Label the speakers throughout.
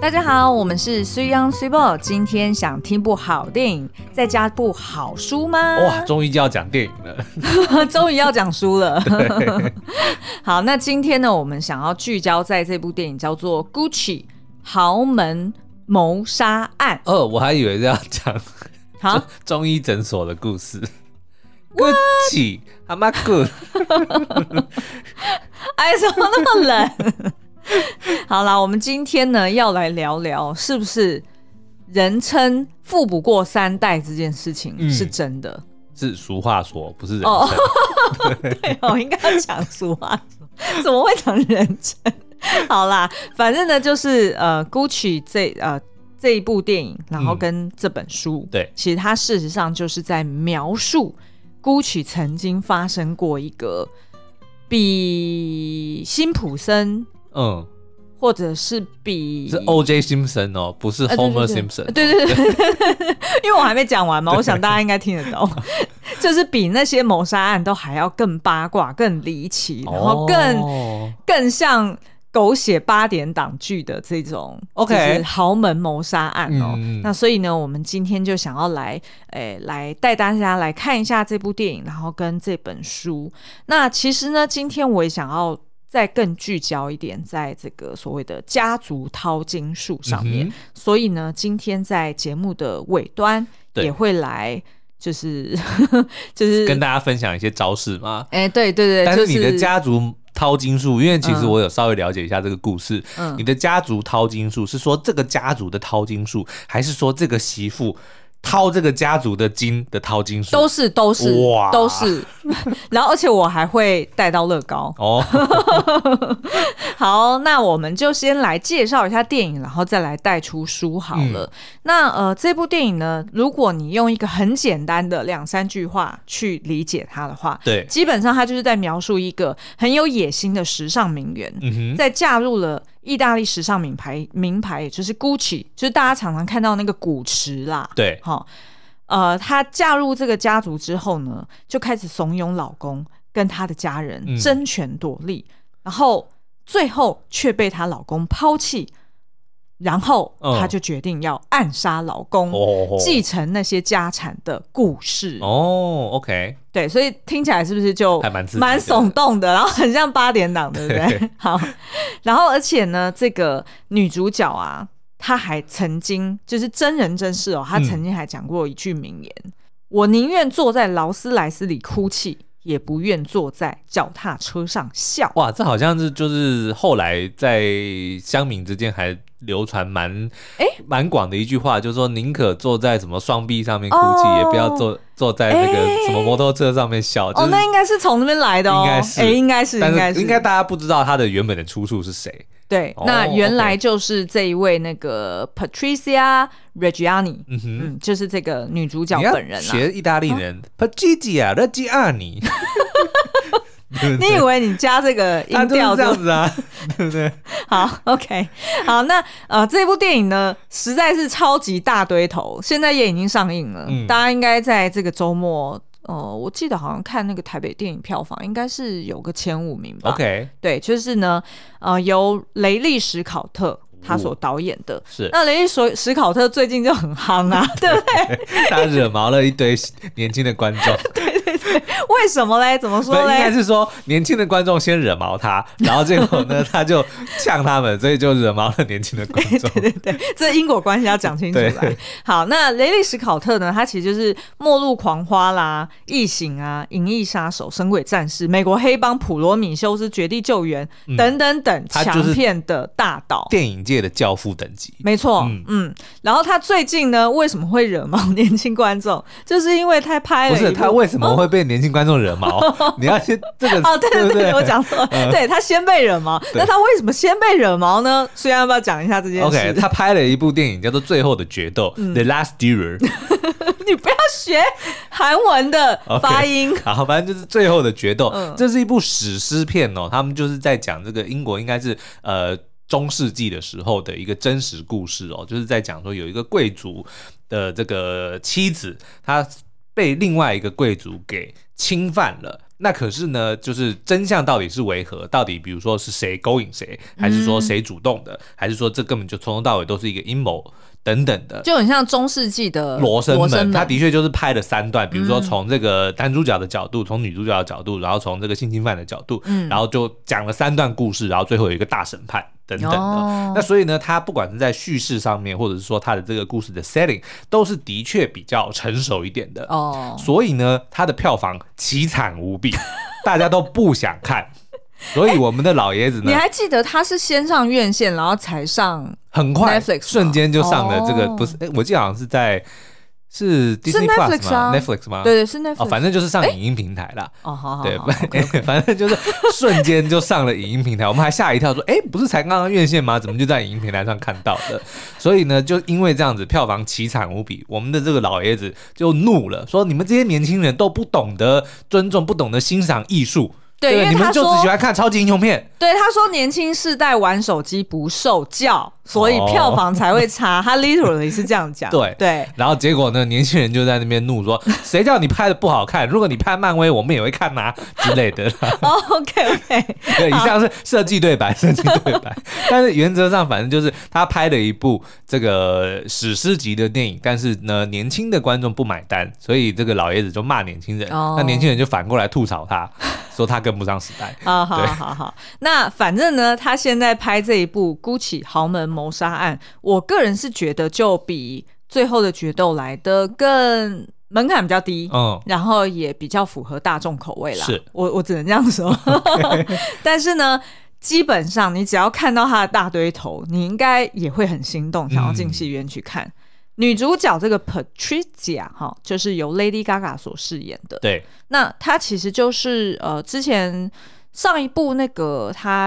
Speaker 1: 大家好，我们是虽央虽报，今天想听部好电影，再加部好书吗？
Speaker 2: 哇，终于就要讲电影了。
Speaker 1: 终于要讲书了。好，那今天呢，我们想要聚焦在这部电影叫做《Gucci 豪门谋杀案
Speaker 2: 哦，我还以为是要讲》。
Speaker 1: 好，
Speaker 2: 中医诊所的故事。Gucci，阿妈 Good，
Speaker 1: 哎，怎么那么冷？ 好啦，我们今天呢要来聊聊，是不是人称“富不过三代”这件事情
Speaker 2: 嗯
Speaker 1: 是真的？
Speaker 2: 是俗话说，不是人
Speaker 1: 哦
Speaker 2: 称。
Speaker 1: 对哦，应该要讲俗话说，怎么会讲人称？好啦，反正呢就是呃，Gucci 这呃这一部电影，然后
Speaker 2: 嗯
Speaker 1: 跟这本书，
Speaker 2: 对
Speaker 1: 其实它事实上就是在描述 Gucci 曾经发生过一个比辛普森
Speaker 2: 嗯，
Speaker 1: 或者是比
Speaker 2: 是 O.J. Simpson 哦，不是
Speaker 1: 呃
Speaker 2: Homer
Speaker 1: 嗯对
Speaker 2: Simpson。
Speaker 1: 对对对对对， 因为我还没讲完嘛，我想大家应该听得懂， 就是比那些谋杀案都还要更八卦、更离奇，然后更、
Speaker 2: 哦
Speaker 1: 更像狗血八点档剧的这种
Speaker 2: OK
Speaker 1: 就是豪门谋杀案哦。
Speaker 2: 嗯
Speaker 1: 那所以呢，我们今天就想要来，诶、来带大家来看一下这部电影，然后跟这本书。那其实呢，今天我也想要。再更聚焦一点，在这个所谓的家族淘金术上面，
Speaker 2: 嗯哼
Speaker 1: 所以呢，今天在节目的尾端
Speaker 2: 对
Speaker 1: 也会来，就是 就是
Speaker 2: 跟大家分享一些招式嘛。
Speaker 1: 哎、对对对，
Speaker 2: 但
Speaker 1: 就是
Speaker 2: 你的家族掏金术，因为其实我有稍微了解一下这个故事。
Speaker 1: 嗯
Speaker 2: 你的家族掏金术是说这个家族的掏金术，还是说这个媳妇掏这个家族的金的掏金术？
Speaker 1: 都是都是
Speaker 2: 哇
Speaker 1: 都是， 然后而且我还会带到乐高。
Speaker 2: 哦，
Speaker 1: 好，那我们就先来介绍一下电影，然后再来带出书好了。
Speaker 2: 嗯
Speaker 1: 那呃，这部电影呢，如果你用一个很简单的两三句话去理解它的话，
Speaker 2: 对，
Speaker 1: 基本上它就是在描述一个很有野心的时尚名媛，
Speaker 2: 嗯哼，
Speaker 1: 在嫁入了意大利时尚名牌名牌，也就是 Gucci，就是大家常常看到那个古驰啦，
Speaker 2: 对，
Speaker 1: 好、呃，她嫁入这个家族之后呢，就开始怂恿老公跟她的家人
Speaker 2: 嗯
Speaker 1: 争权夺利，然后最后却被她老公抛弃，然后
Speaker 2: 嗯
Speaker 1: 她就决定要暗杀老公。
Speaker 2: 哦，
Speaker 1: 继承那些家产的故事，
Speaker 2: 哦，OK，
Speaker 1: 对，所以听起来是不是就
Speaker 2: 还蛮刺激的
Speaker 1: 蛮耸动的，然后很像八点档，对不对
Speaker 2: 对？
Speaker 1: 好，然后而且呢，这个女主角啊，她还曾经就是真人真事哦，她
Speaker 2: 嗯
Speaker 1: 曾经还讲过一句名言：“我宁愿坐在劳斯莱斯里哭泣，也不愿坐在脚踏车上笑。”
Speaker 2: 哇，这好像是就是后来在乡民之间还流传蛮
Speaker 1: 诶
Speaker 2: 蛮广的一句话，就是说宁可坐在什么双臂上面哭泣，
Speaker 1: 哦
Speaker 2: 也不要坐坐在那
Speaker 1: 诶
Speaker 2: 个什么摩托车上面笑，就
Speaker 1: 哦，
Speaker 2: 是。
Speaker 1: 那应该是从那边来的哦，
Speaker 2: 应该是
Speaker 1: 诶应该是，
Speaker 2: 但
Speaker 1: 应该是，
Speaker 2: 应该大家不知道他的原本的出处是谁。
Speaker 1: 对。
Speaker 2: 哦
Speaker 1: 那原来
Speaker 2: OK
Speaker 1: 就是这一位那个 Patricia Reggiani，
Speaker 2: 嗯哼，
Speaker 1: 嗯，就是这个女主角
Speaker 2: 你要
Speaker 1: 本人啦。啊哦
Speaker 2: 学意大利人 p a t r i c i a r e g g i a n i
Speaker 1: 你以为你加这个
Speaker 2: 他
Speaker 1: 音
Speaker 2: 就是
Speaker 1: 调
Speaker 2: 这
Speaker 1: 就
Speaker 2: 样子啊，对 不对？
Speaker 1: 好？OK，好，那呃，这部电影呢，实在是超级大堆头，现在也已经上映了，
Speaker 2: 嗯
Speaker 1: 大家应该在这个周末，呃，我记得好像看那个台北电影票房应该是有个前五名吧。
Speaker 2: OK，
Speaker 1: 对，就是呢，呃，由雷利·史考特他所导演的。
Speaker 2: 是
Speaker 1: 那雷利·史史考特最近就很夯 啊，对不对？
Speaker 2: 他惹毛了一堆 年轻的观众。
Speaker 1: 为什么嘞？怎么
Speaker 2: 不，
Speaker 1: 说
Speaker 2: 应该
Speaker 1: 嘞？
Speaker 2: 是说年轻的观众先惹 毛他，然后结果呢，他就呛他们，所以就惹毛了年轻的观 众。
Speaker 1: 这因果关系要讲清楚来
Speaker 2: 对。
Speaker 1: 好，那雷利·史考特呢？他其实就是《末路狂花》啦，《异形》啊，《银翼杀手》《神鬼战士》《美国黑帮》《普罗米修斯》《绝地救援》等等等
Speaker 2: 嗯他就是
Speaker 1: 强片的大导。
Speaker 2: 电影界的教父等级，
Speaker 1: 没错，嗯
Speaker 2: 嗯
Speaker 1: 然后他最近呢，为什么会惹毛年轻观众？就是因为他拍了
Speaker 2: 不
Speaker 1: 一
Speaker 2: 是
Speaker 1: 部
Speaker 2: 他为什么会被年轻观众惹毛？ 你要先这个
Speaker 1: 哦哦，对
Speaker 2: 对
Speaker 1: 对
Speaker 2: 嗯不
Speaker 1: 对，我讲错了，对他先被惹毛，那他为什么先被惹毛呢？虽然要不要讲一下这件事嗯
Speaker 2: OK，他拍了一部电影叫做《最后的决斗》（The Last Duel），
Speaker 1: 你不要学韩文的
Speaker 2: OK
Speaker 1: 发音。
Speaker 2: 然后反正就是《最后的决斗
Speaker 1: 嗯》，
Speaker 2: 这是一部史诗片哦。他们就是在讲这个英国应该是呃中世纪的时候的一个真实故事哦，就是在讲说有一个贵族的这个妻子，她被另外一个贵族给侵犯了。那可是呢，就是真相到底是为何？到底比如说是谁勾引谁，还是说谁主动的，还是说这根本就从头到尾都是一个阴谋等等的？
Speaker 1: 就很像中世纪的
Speaker 2: 罗生
Speaker 1: 呃罗
Speaker 2: 门，
Speaker 1: 生嗯
Speaker 2: 他的确就是拍了三段，比如说从这个男主角的角度，从、女主角的角度，然后从这个性侵犯的角度，
Speaker 1: 嗯
Speaker 2: 然后就讲了三段故事，然后最后有一个大审判等等的。
Speaker 1: 哦
Speaker 2: 那所以呢，他不管是在叙事上面，或者是说他的这个故事的 setting，都是的确比较成熟一点的。
Speaker 1: 哦，
Speaker 2: 所以呢，它的票房凄惨无比， 大家都不想看。所以我们的老爷子呢
Speaker 1: 你，还记得他是先上院线，然后才上
Speaker 2: 很快
Speaker 1: Netflix 吗
Speaker 2: 瞬间就上了这个，
Speaker 1: 哦
Speaker 2: 不是？哎，我记得好像是在是 Disney
Speaker 1: Netflix
Speaker 2: Plus
Speaker 1: 啊
Speaker 2: 吗？Netflix 吗？
Speaker 1: 对对是 Netflix
Speaker 2: 哦，反正就是上影音平台啦。
Speaker 1: 哦，好好好，
Speaker 2: 对，
Speaker 1: 好
Speaker 2: 反 反正就是瞬间就上了影音平台，我们还吓一跳说，哎、不是才刚刚院线吗？怎么就在影音平台上看到 的？所以呢，就因为这样子，票房奇惨无比，我们的这个老爷子就怒了，说你们这些年轻人都不懂得尊重，不懂得欣赏艺术，
Speaker 1: 对因为
Speaker 2: 你
Speaker 1: 他
Speaker 2: 们就
Speaker 1: 说
Speaker 2: 只喜欢看超级英雄片。
Speaker 1: 对，他说年轻世代玩手机不受教，所以
Speaker 2: 哦
Speaker 1: 票房才会差。他 literally 是这样讲。
Speaker 2: 对
Speaker 1: 对，
Speaker 2: 然后结果呢，年轻人就在那边怒说：“谁叫你拍的不好看？如果你拍漫威，我们也会看呐、之类的。”
Speaker 1: 哦，OK OK，
Speaker 2: 对，以上是设计 对白，设计对白。但是原则上，反正就是他拍了一部这个史诗级的电影，但是呢，年轻的观众不买单，所以这个老爷子就骂年轻人，
Speaker 1: 哦
Speaker 2: 那年轻人就反过来吐槽他，说他跟不上时代。
Speaker 1: 啊，好
Speaker 2: 对
Speaker 1: 好好好。那反正呢，他现在拍这一部《GUCCI 豪门谋杀案》，我个人是觉得就比最后的决斗来的更门槛比较低。
Speaker 2: 嗯，
Speaker 1: 然后也比较符合大众口味啦。
Speaker 2: 是
Speaker 1: 我我只能这样说。 但是呢，基本上你只要看到他的大堆头，你应该也会很心动，想要进戏院去
Speaker 2: 嗯
Speaker 1: 看。女主角这个 Patricia 哈，就是由 Lady Gaga 所饰演的。
Speaker 2: 对，
Speaker 1: 那她其实就是呃，之前上一部那个她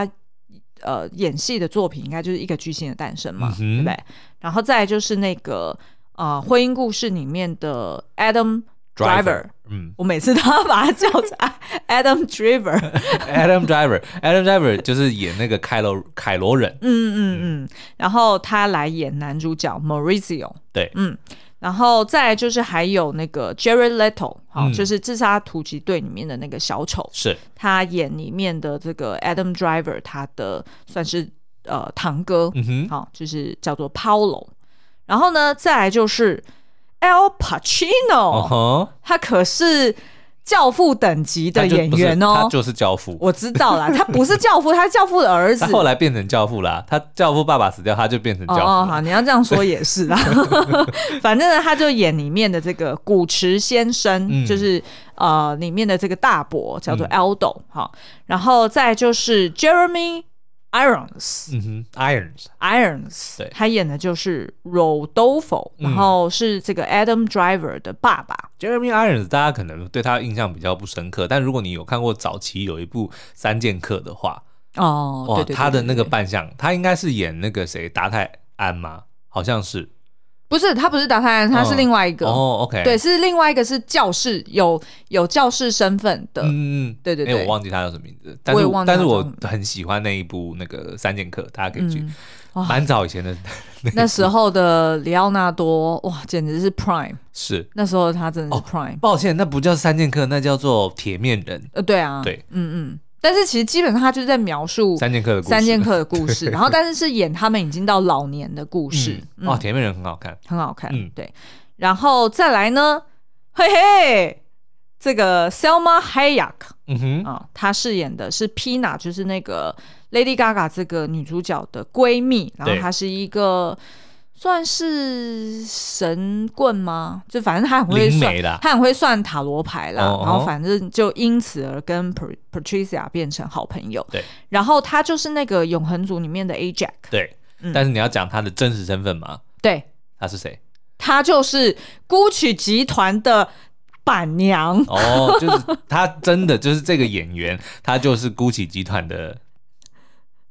Speaker 1: 呃演戏的作品，应该就是一个巨星的诞生嘛，
Speaker 2: 嗯哼
Speaker 1: 对不对？然后再来就是那个呃婚姻故事里面的 Adam Driver，
Speaker 2: 嗯
Speaker 1: 我每次都要把他叫成 Adam Driver。
Speaker 2: ，Adam Driver，Adam Driver 就是演那个凯罗凯罗人
Speaker 1: 嗯，嗯嗯，然后他来演男主角 Maurizio。
Speaker 2: 对
Speaker 1: 嗯，然后再来就是还有那个 Jared Leto，好、
Speaker 2: 嗯
Speaker 1: 就是《自杀突击队》里面的那个小丑，
Speaker 2: 是
Speaker 1: 他演里面的这个 Adam Driver，他的算是呃堂哥，
Speaker 2: 嗯哼，
Speaker 1: 好、就是叫做 Paolo。然后呢，再来就是 Al Pacino，、
Speaker 2: 哦吼，
Speaker 1: 他可是教父等级的
Speaker 2: 他就
Speaker 1: 演
Speaker 2: 不是
Speaker 1: 员哦，
Speaker 2: 他就是教父。
Speaker 1: 我知道啦，他 不是教父，他是教父的儿子
Speaker 2: 他。后来变成教父啦，他教父爸爸死掉，他就变成教
Speaker 1: 哦
Speaker 2: 父
Speaker 1: 哦，
Speaker 2: 了。
Speaker 1: 好，你要这样说也 是啦。反正呢，他就演里面的这个古驰先生，
Speaker 2: 嗯
Speaker 1: 就是呃里面的这个大伯叫做 Aldo 哈、然后再就是 Jeremy Irons，Irons、
Speaker 2: 嗯哼，Irons，对嗯
Speaker 1: 他演的就是 Rodolfo，然后是这个 Adam Driver 的爸爸。
Speaker 2: Jeremy Irons，大家可能对他印象比较不深刻，但如果你有看过早期有一部《三剑客》的话，
Speaker 1: 哦，对对对
Speaker 2: 他的那个
Speaker 1: 对对
Speaker 2: 扮相，他应该是演那个谁达泰安吗？好像是
Speaker 1: 不是他不是达泰安，他是
Speaker 2: 嗯
Speaker 1: 另外一个。
Speaker 2: 哦，OK，
Speaker 1: 对，，是另外一个是教士，有有教士身份的，
Speaker 2: 嗯嗯，
Speaker 1: 对对对
Speaker 2: 哎我忘记他叫什么名字，但
Speaker 1: 我
Speaker 2: 是
Speaker 1: 也忘记他
Speaker 2: 但是
Speaker 1: 叫
Speaker 2: 我
Speaker 1: 什么
Speaker 2: 很喜欢那一部那个《三剑客》，大家可以去
Speaker 1: 嗯，哇
Speaker 2: 蛮早以前的，
Speaker 1: 那时候的里奥纳多，哇，简直是 prime。
Speaker 2: 是，
Speaker 1: 那时候他真的是
Speaker 2: 哦
Speaker 1: prime。
Speaker 2: 抱歉，那不叫《三剑客》，那叫做《铁面人》
Speaker 1: 呃，对啊，
Speaker 2: 对，
Speaker 1: 嗯嗯。但是其实基本上他就是在描述
Speaker 2: 《三剑客》的故事，
Speaker 1: 三剑客的故 事，然后但是是演他们已经到老年的故
Speaker 2: 嗯
Speaker 1: 事，嗯
Speaker 2: 哦，《铁面人》很好看，
Speaker 1: 很好看。
Speaker 2: 嗯
Speaker 1: 对，然后再来呢，嘿嘿，这个 Selma Hayek
Speaker 2: 嗯哼，
Speaker 1: 啊，她饰演的是 Pina，就是那个 Lady Gaga 这个女主角的闺蜜，然后
Speaker 2: 对
Speaker 1: 她是一个算是神棍吗？就反正她很会
Speaker 2: 灵
Speaker 1: 算
Speaker 2: 媒，啦，
Speaker 1: 她很会算塔罗牌啦，
Speaker 2: 哦哦
Speaker 1: 然后反正就因此而跟 Pat- Patricia 变成好朋友。
Speaker 2: 对，
Speaker 1: 然后她就是那个永恒族里面的 Ajax，
Speaker 2: 对，
Speaker 1: 嗯
Speaker 2: 但是你要讲他的真实身份吗？
Speaker 1: 对，
Speaker 2: 他是谁？
Speaker 1: 她就是 GUCCI 集团的板娘。
Speaker 2: 哦，就是他真的就是这个演员，他就是 GUCCI 集团的。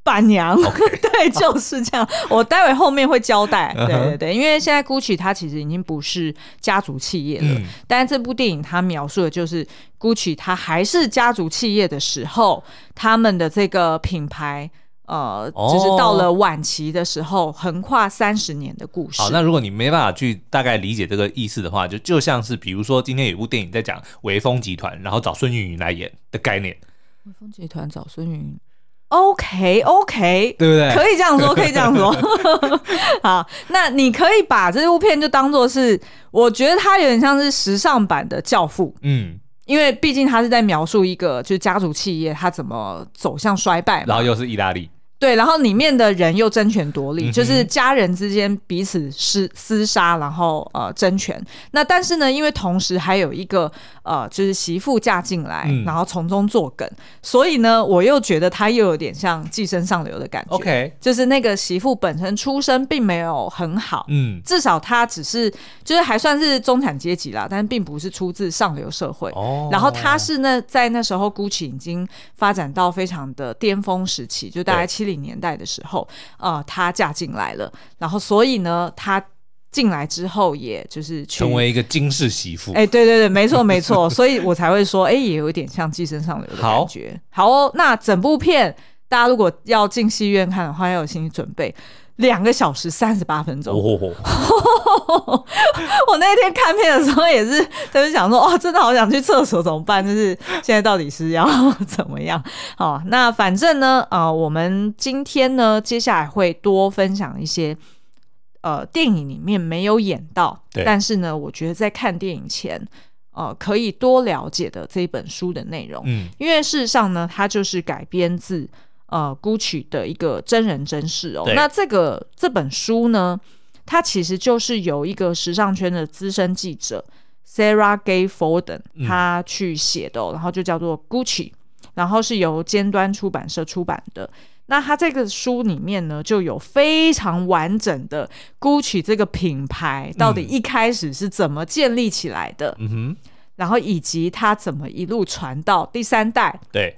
Speaker 1: 板娘 对，就是这样。我待会后面会交代，
Speaker 2: 嗯
Speaker 1: 对对对，因为现在 GUCCI 它其实已经不是家族企业了，
Speaker 2: 嗯
Speaker 1: 但是这部电影它描述的就是 GUCCI 它还是家族企业的时候，他们的这个品牌。呃，
Speaker 2: 哦
Speaker 1: 就是到了晚期的时候，横跨三十年的故事。
Speaker 2: 好，那如果你没办法去大概理解这个意思的话，就就像是比如说今天有一部电影在讲微风集团，然后找孙运云来演的概念，
Speaker 1: 微风集团找孙云，OK OK，
Speaker 2: 对不对？
Speaker 1: 可以这样说，可以这样 说。好，那你可以把这部片就当做是，我觉得它有点像是时尚版的《教父》，
Speaker 2: 嗯，
Speaker 1: 因为毕竟它是在描述一个就是家族企业它怎么走向衰败
Speaker 2: 然
Speaker 1: 嘛。
Speaker 2: 后又是意大利，
Speaker 1: 对，然后里面的人又争权夺利，
Speaker 2: 嗯哼
Speaker 1: 就是家人之间彼此厮厮杀，然后呃争权。那但是呢，因为同时还有一个呃，就是媳妇嫁进来，
Speaker 2: 嗯
Speaker 1: 然后从中作梗，所以呢，我又觉得它又有点像《寄生上流》的感觉。
Speaker 2: OK，
Speaker 1: 就是那个媳妇本身出身并没有很好，
Speaker 2: 嗯，
Speaker 1: 至少她只是就是还算是中产阶级啦，但并不是出自上流社会。
Speaker 2: 哦，
Speaker 1: 然后她是那在那时候，GUCCI 已经发展到非常的巅峰时期，就大概
Speaker 2: 对
Speaker 1: 七零年代的时候，呃，她嫁进来了，然后所以呢，她进来之后，也就是去
Speaker 2: 成为一个金氏媳妇，哦
Speaker 1: 哎、对对对，没错没错，所以我才会说，哎、也有一点像《寄生上流》的
Speaker 2: 好
Speaker 1: 感觉。好哦，那整部片大家如果要进戏院看的话，要有心理准备。两个小时三十八分钟，
Speaker 2: 哦，
Speaker 1: 我那天看片的时候也是，就是想说，哦，真的好想去厕所，怎么办？就是现在到底是要怎么样？ 好，那反正呢，呃，我们今天呢，接下来会多分享一些。呃，电影里面没有演到，
Speaker 2: 对
Speaker 1: 但是呢，我觉得在看电影前，呃，可以多了解的这一本书的内容，
Speaker 2: 嗯，
Speaker 1: 因为事实上呢，它就是改编自呃 Gucci 的一个真人真事哦。
Speaker 2: 对
Speaker 1: 那这个这本书呢，它其实就是由一个时尚圈的资深记者 Sarah Gay Foden
Speaker 2: 嗯
Speaker 1: 他去写的、哦，然后就叫做 Gucci，然后是由尖端出版社出版的。那它这个书里面呢，就有非常完整的 Gucci 这个品牌到底
Speaker 2: 嗯
Speaker 1: 一开始是怎么建立起来的，
Speaker 2: 嗯哼，
Speaker 1: 然后以及它怎么一路传到第三代，
Speaker 2: 对，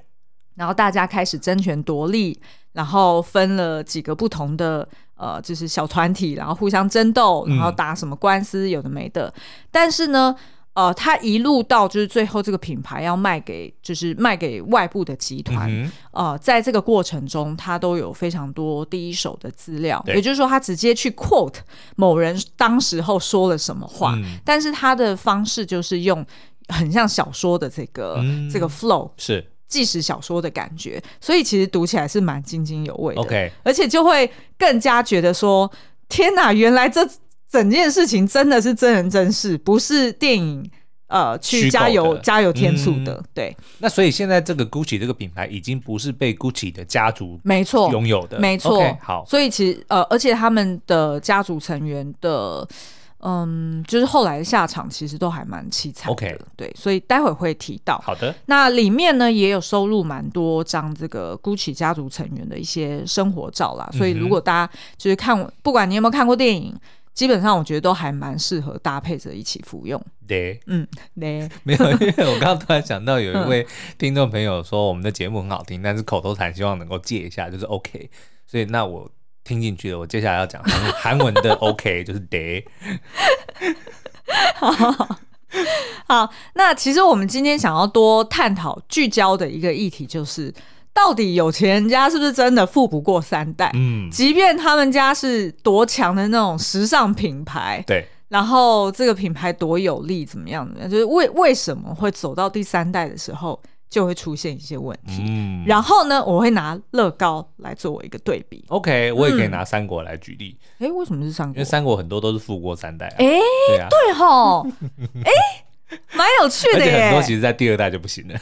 Speaker 1: 然后大家开始争权夺利，然后分了几个不同的呃，就是小团体，然后互相争斗，
Speaker 2: 嗯
Speaker 1: 然后打什么官司，有的没的。但是呢，呃，他一路到就是最后这个品牌要卖给就是卖给外部的集团，
Speaker 2: 嗯哼，
Speaker 1: 呃，在这个过程中，他都有非常多第一手的资料，
Speaker 2: 对
Speaker 1: 也就是说，他直接去 quote 某人当时候说了什么话，
Speaker 2: 嗯
Speaker 1: 但是他的方式就是用很像小说的这个、
Speaker 2: 嗯
Speaker 1: 这个 flow
Speaker 2: 是
Speaker 1: 纪实小说的感觉，所以其实读起来是蛮津津有味的
Speaker 2: OK，
Speaker 1: 而且就会更加觉得说，天哪，原来这整件事情真的是真人真事，不是电影呃去
Speaker 2: 虚构
Speaker 1: 加油
Speaker 2: 的
Speaker 1: 加油添醋的，
Speaker 2: 嗯
Speaker 1: 对，
Speaker 2: 那所以现在这个 GUCCI 这个品牌已经不是被 GUCCI 的家族
Speaker 1: 没错，
Speaker 2: 拥有的，
Speaker 1: 没错
Speaker 2: OK，好，
Speaker 1: 所以其实呃，而且他们的家族成员的，嗯，就是后来的下场其实都还蛮凄惨的。
Speaker 2: OK
Speaker 1: 对，所以待会会提到。
Speaker 2: 好的，
Speaker 1: 那里面呢也有收录蛮多张这个 GUCCI 家族成员的一些生活照啦，所以如果大家就是看我，不管你有没有看过电影，基本上我觉得都还蛮适合搭配着一起服用。
Speaker 2: 对。
Speaker 1: 嗯，对，嗯
Speaker 2: 没有，因为我刚刚突然想到有一位听众朋友说我们的节目很好听，但是口头禅希望能够借一下，就是 OK。所以那我听进去了，我接下来要讲韩文韩文 的 OK 就是 day。
Speaker 1: 好，那其实我们今天想要多探讨聚焦的一个议题，就是到底有钱人家是不是真的富不过三代？
Speaker 2: 嗯，
Speaker 1: 即便他们家是多强的那种时尚品牌，
Speaker 2: 对，
Speaker 1: 然后这个品牌多有力，怎么样的，就是为为什么会走到第三代的时候就会出现一些问题。
Speaker 2: 嗯
Speaker 1: 然后呢，我会拿乐高来作为一个对比。
Speaker 2: ，OK，我也
Speaker 1: 嗯
Speaker 2: 可以拿三国来举例，
Speaker 1: 诶，为什么是三
Speaker 2: 因
Speaker 1: 国
Speaker 2: 为？三国很多都是富过三代、啊。
Speaker 1: 诶，
Speaker 2: 对啊，
Speaker 1: 对吼，诶，蛮有趣
Speaker 2: 而
Speaker 1: 的
Speaker 2: 且很多
Speaker 1: 耶
Speaker 2: 其。实在第二代就不行 了。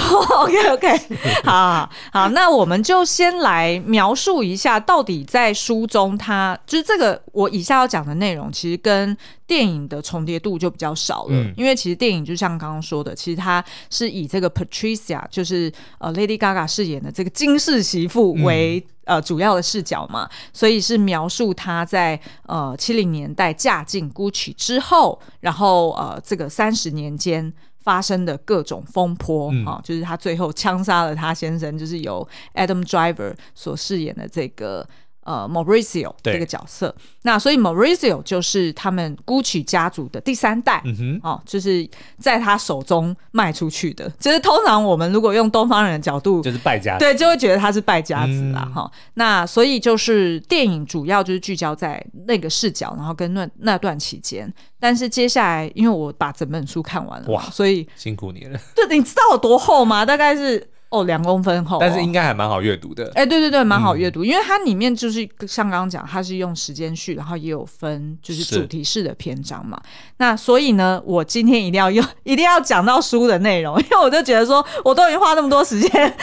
Speaker 1: OK OK，好好好，那我们就先来描述一下，到底在书中它就是这个我以下要讲的内容，其实跟电影的重叠度就比较少了，
Speaker 2: 嗯
Speaker 1: 因为其实电影就像刚刚说的，其实它是以这个 Patricia 就是呃 Lady Gaga 饰演的这个金氏媳妇为、呃，主要的视角嘛，所以是描述她在呃七零年代嫁进 GUCCI 之后，然后呃这个三十年间发生的各种风波啊、
Speaker 2: 嗯
Speaker 1: 哦就是她最后枪杀了她先生，就是由 Adam Driver 所饰演的这个。呃 Maurizio
Speaker 2: 对
Speaker 1: 这个角色。那所以 Maurizio 就是他们 Gucci 家族的第三代。
Speaker 2: 嗯哼，
Speaker 1: 哦，就是在他手中卖出去的。就是通常我们如果用东方人的角度，
Speaker 2: 就是败家子，
Speaker 1: 对，就会觉得他是败家子啦
Speaker 2: 嗯，
Speaker 1: 哈、那所以就是电影主要就是聚焦在那个视角，然后跟那那段期间。但是接下来，因为我把整本书看完了嘛，
Speaker 2: 哇
Speaker 1: 所以
Speaker 2: 辛苦你了。
Speaker 1: 这你知道有多厚吗？大概是哦两公分厚哦、
Speaker 2: 但是应该嗯还蛮好阅读的。
Speaker 1: 哎、对对对，蛮好阅读，因为它里面就是像刚刚讲，它是用时间序，然后也有分就是
Speaker 2: 是
Speaker 1: 主题式的篇章嘛。那所以呢，我今天一定要用， 一定要讲到书的内容，因为我就觉得说，我都已经花那么多时间，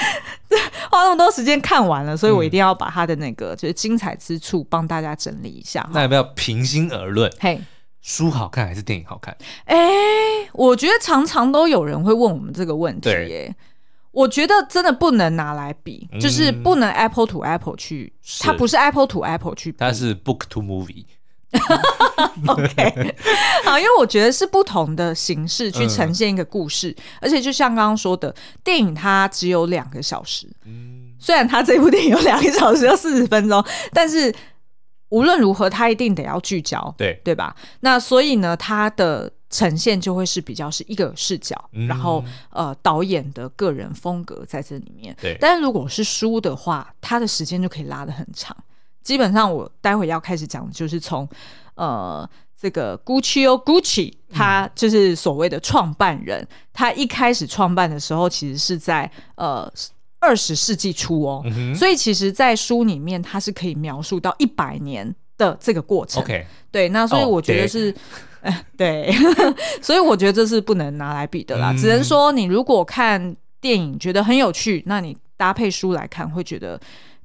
Speaker 1: 花那么多时间看完了，所以
Speaker 2: 嗯
Speaker 1: 我一定要把它的那个就是精彩之处帮大家整理一下。
Speaker 2: 那要不要平心而论，
Speaker 1: 嘿，
Speaker 2: 书好看还是电影好看？
Speaker 1: 哎、我觉得常常都有人会问我们这个问题、
Speaker 2: 对
Speaker 1: 耶。我觉得真的不能拿来比，
Speaker 2: 嗯
Speaker 1: 就是不能 apple to apple 去，
Speaker 2: 是
Speaker 1: 它不是 apple to apple 去比。
Speaker 2: 它是 book to movie，
Speaker 1: OK，好，因为我觉得是不同的形式去呈现一个故事，
Speaker 2: 嗯
Speaker 1: 而且就像刚刚说的，电影它只有两个小时，
Speaker 2: 嗯，
Speaker 1: 虽然它这部电影有两个小时要四十分钟，但是无论如何，它一定得要聚焦，
Speaker 2: 对，
Speaker 1: 对吧？那所以呢，它的呈现就会是比较是一个视角，
Speaker 2: 嗯
Speaker 1: 然后呃，导演的个人风格在这里面。
Speaker 2: 对
Speaker 1: 但如果是书的话，它的时间就可以拉得很长。基本上，我待会要开始讲，的就是从呃这个 Gucci o Gucci，他
Speaker 2: 嗯
Speaker 1: 就是所谓的创办人，他一开始创办的时候，其实是在呃。二十世纪初哦，
Speaker 2: 嗯哼
Speaker 1: 所以其实，在书里面，它是可以描述到一百年的这个过程。
Speaker 2: ，OK，
Speaker 1: 对，那所以
Speaker 2: 哦
Speaker 1: 我觉得
Speaker 2: 对
Speaker 1: 是，哎，对， 所以我觉得这是不能拿来比的啦，
Speaker 2: 嗯
Speaker 1: 只能说你如果看电影觉得很有趣，那你搭配书来看会觉得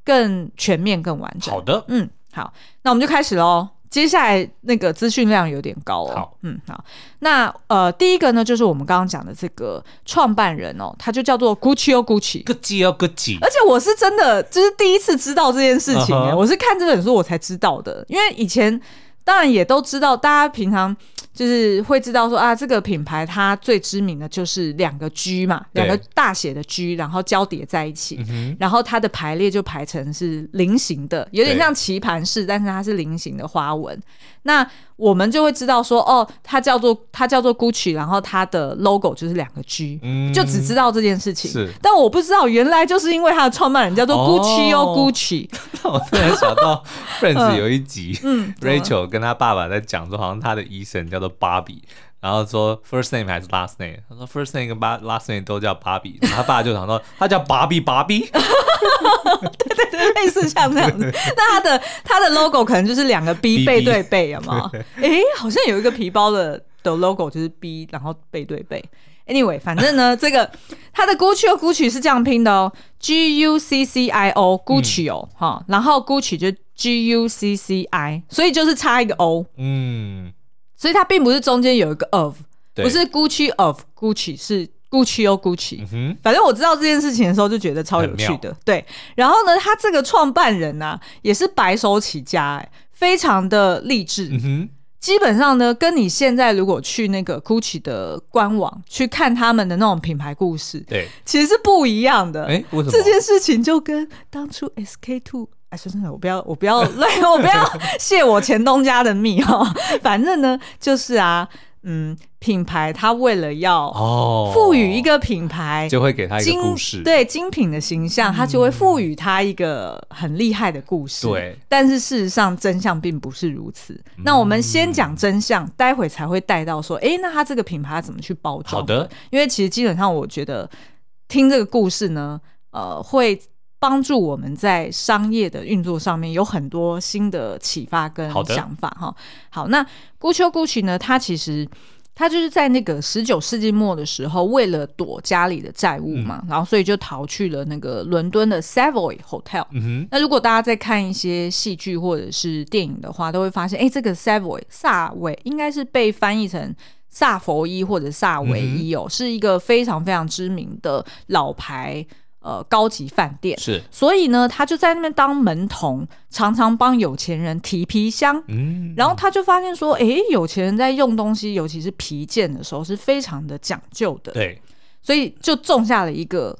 Speaker 1: 更全面、更完整。
Speaker 2: 好的，
Speaker 1: 嗯，好，那我们就开始喽。接下来那个资讯量有点高哦。
Speaker 2: 好，
Speaker 1: 嗯，好。那呃，第一个呢，就是我们刚刚讲的这个创办人哦，他就叫做 Gucci o Gucci。
Speaker 2: 各记要各 记，
Speaker 1: 而且我是真的就是第一次知道这件事情、
Speaker 2: 嗯
Speaker 1: 欸
Speaker 2: 哼
Speaker 1: 我是看这本书我才知道的，因为以前当然也都知道，大家平常就是会知道说啊，这个品牌它最知名的就是两个 G 嘛，
Speaker 2: 对
Speaker 1: 两个大写的 G，然后交叠在一起。
Speaker 2: 嗯哼，
Speaker 1: 然后它的排列就排成是菱形的，有点
Speaker 2: 对
Speaker 1: 像棋盘式，但是它是菱形的花纹。那我们就会知道说，哦，它叫做它叫做 Gucci，然后它的 logo 就是两个 G，、
Speaker 2: 嗯
Speaker 1: 就只知道这件事情。
Speaker 2: 是
Speaker 1: 但我不知道原来就是因为它的创办人叫做
Speaker 2: 哦
Speaker 1: Gucci 哦 Gucci，
Speaker 2: 让我突然想 到
Speaker 1: 嗯
Speaker 2: Friends 有一集，
Speaker 1: 嗯
Speaker 2: Rachel 跟她爸爸在讲说，好像她的医生叫做 Bobby，然后说 first name 还是 last name，他说 first name 跟 ba- last name 都叫 Bobby，然后他爸就想说他叫 Bobby Bobby，
Speaker 1: 类似像这样子。那它的它的 logo 可能就是两个 B
Speaker 2: BB
Speaker 1: 背对背，有吗？诶，好像有一个皮包的的 logo 就是 B，然后背对背。Anyway，反正呢，这个它的 Gucci 哦 Gucci 是这样拼的哦，G U C C I O
Speaker 2: 嗯
Speaker 1: Gucci 哦，哈、然后 Gucci 就 G U C C I，所以就是差一个 O，
Speaker 2: 嗯，
Speaker 1: 所以它并不是中间有一个 of，
Speaker 2: 对，
Speaker 1: 不是 Gucci of Gucci，是 Gucci 哦 Gucci。
Speaker 2: 嗯哼，
Speaker 1: 反正我知道这件事情的时候就觉得超有趣的，对。然后呢，他这个创办人呢、啊也是白手起家、哎，非常的励志。
Speaker 2: 嗯哼，
Speaker 1: 基本上呢，跟你现在如果去那个 GUCCI 的官网去看他们的那种品牌故事，
Speaker 2: 对，
Speaker 1: 其实是不一样的。
Speaker 2: 哎，为什么？
Speaker 1: 呃这件事情就跟当初 SK two。哎，说真的，我不要，我不要 乱，我不要泄我前东家的密哦。 反正呢，就是啊，嗯，品牌它为了要
Speaker 2: 哦，
Speaker 1: 赋予一个品牌
Speaker 2: 就会给他一
Speaker 1: 精
Speaker 2: 个故事，嗯
Speaker 1: 对精品的形象，它就会赋予它一个很厉害的故事。
Speaker 2: 对，
Speaker 1: 但是事实上真相并不是如此。那我们先讲真相，
Speaker 2: 嗯
Speaker 1: 待会才会带到说，诶，那它这个品牌怎么去包装？
Speaker 2: 好的，
Speaker 1: 因为其实基本上我觉得听这个故事呢，呃，会。帮助我们在商业的运作上面有很多新的启发跟
Speaker 2: 好的
Speaker 1: 想法哈。好，那 Gucci o Gucci 呢，它其实他就是在那个十九世纪末的时候，为了躲家里的债务嘛，
Speaker 2: 嗯
Speaker 1: 然后所以就逃去了那个伦敦的 Savoy Hotel。
Speaker 2: 嗯
Speaker 1: 那如果大家在看一些戏剧或者是电影的话，都会发现，哎、这个 Savoy 萨维应该是被翻译成萨佛伊或者萨维伊哦，是一个非常非常知名的老牌呃高级饭店
Speaker 2: 哼，。是，
Speaker 1: 所以呢，他就在那边当门童，常常帮有钱人提皮箱。
Speaker 2: 嗯，
Speaker 1: 然后他就发现说，诶，有钱人在用东西，尤其是皮件的时候，是非常的讲究的，
Speaker 2: 对，
Speaker 1: 所以就种下了一个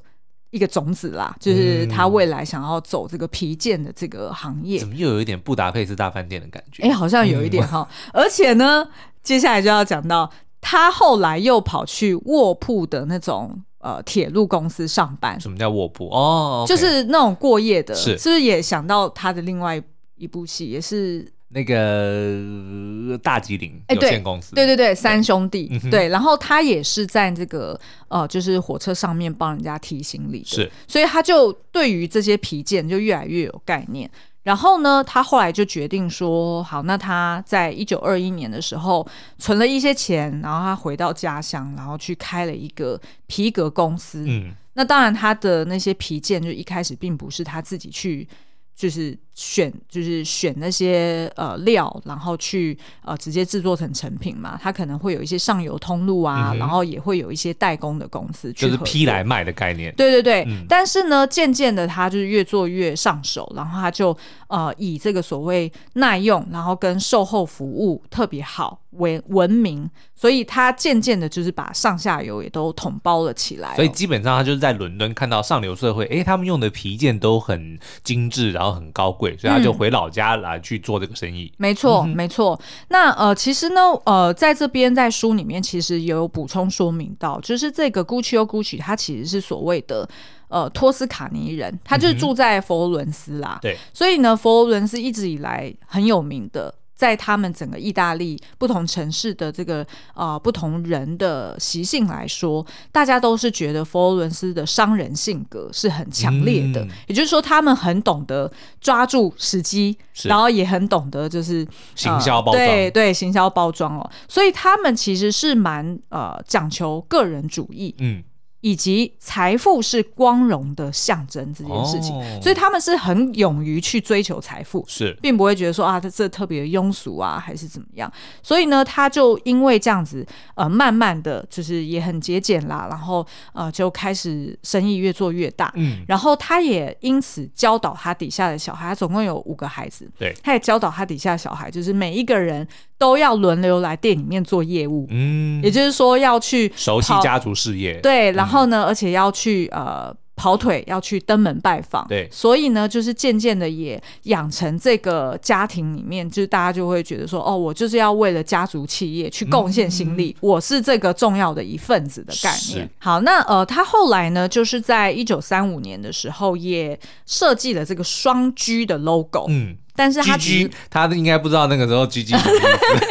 Speaker 1: 一个种子啦，就是
Speaker 2: 嗯
Speaker 1: 他未来想要走这个皮件的这个行业
Speaker 2: 怎。么嗯又有一点布达佩斯大饭店的感觉？
Speaker 1: 哎、好像有一点哈、而且呢，接下来就要讲到他后来又跑去卧铺的那种呃铁路公司上班，
Speaker 2: 什么叫卧铺？哦，OK，
Speaker 1: 就是那种过夜的，
Speaker 2: 是
Speaker 1: 不是也想到他的另外一部戏，也是
Speaker 2: 那个大吉林
Speaker 1: 哎
Speaker 2: 有
Speaker 1: 对
Speaker 2: 限公司，
Speaker 1: 对对对，三兄弟
Speaker 2: 嗯哼
Speaker 1: 对，然后他也是在这个呃，就是火车上面帮人家提行李的，
Speaker 2: 是
Speaker 1: 所以他就对于这些皮件就越来越有概念。然后呢，他后来就决定说，好，那他在一九二一年的时候存了一些钱，然后他回到家乡，然后去开了一个皮革公司，
Speaker 2: 嗯，
Speaker 1: 那当然，他的那些皮件就一开始并不是他自己去，就是选，就是选那些呃料，然后去呃直接制作成成品嘛。他可能会有一些上游通路啊，
Speaker 2: 嗯哼
Speaker 1: 然后也会有一些代工的公司去
Speaker 2: 就是
Speaker 1: 合
Speaker 2: 批
Speaker 1: 作
Speaker 2: 来卖的概念。
Speaker 1: 对对对，
Speaker 2: 嗯
Speaker 1: 但是呢，渐渐的他就是越做越上手，然后他就呃以这个所谓耐用，然后跟售后服务特别好为闻名，所以他渐渐的就是把上下游也都统包了起来哦、
Speaker 2: 所以基本上他就是在伦敦看到上流社会，哎、他们用的皮件都很精致，然后很高贵，所
Speaker 1: 嗯
Speaker 2: 以他就回老家来去做这个生意。
Speaker 1: 没错，没错。那呃，其实呢，呃，在这边在书里面其实也有补充说明到，就是这个 Gucci o Gucci，它其实是所谓的呃托斯卡尼人，他就是住在佛罗伦斯啦。
Speaker 2: 嗯对，
Speaker 1: 所以呢，佛罗伦斯一直以来很有名的。在他们整个意大利不同城市的这个呃不同人的习性来说，大家都是觉得佛罗伦斯的商人性格是很强烈的，
Speaker 2: 嗯
Speaker 1: 也就是说他们很懂得抓住时机，
Speaker 2: 是
Speaker 1: 然后也很懂得就是
Speaker 2: 行销包装
Speaker 1: 呃对对，行销包装哦，所以他们其实是蛮呃讲求个人主义，
Speaker 2: 嗯，
Speaker 1: 以及财富是光荣的象征这件事情，
Speaker 2: 哦
Speaker 1: 所以他们是很勇于去追求财富，
Speaker 2: 是
Speaker 1: 并不会觉得说啊，这这特别庸俗啊，还是怎么样。所以呢，他就因为这样子，呃，慢慢的就是也很节俭啦，然后呃，就开始生意越做越大。
Speaker 2: 嗯，
Speaker 1: 然后他也因此教导他底下的小孩，他总共有五个孩子，
Speaker 2: 对
Speaker 1: 他也教导他底下的小孩，就是每一个人都要轮流来店里面做业务，
Speaker 2: 嗯
Speaker 1: 也，就是说要去
Speaker 2: 熟悉
Speaker 1: 跑
Speaker 2: 家族事业，
Speaker 1: 对，然后
Speaker 2: 嗯
Speaker 1: 呢，而且要去呃跑腿，要去登门拜访。
Speaker 2: 对
Speaker 1: 所以呢，就是渐渐的也养成这个家庭里面，就是大家就会觉得说，哦，我就是要为了家族企业去贡献心力，我是这个重要的一份子的概念
Speaker 2: 嗯是。
Speaker 1: 好，那呃，他后来呢，就是在一九三五年的时候，也设计了这个双 G 的 logo，、
Speaker 2: 嗯。
Speaker 1: 但是他
Speaker 2: G
Speaker 1: 只是
Speaker 2: G，他应该不知道那个时候 G G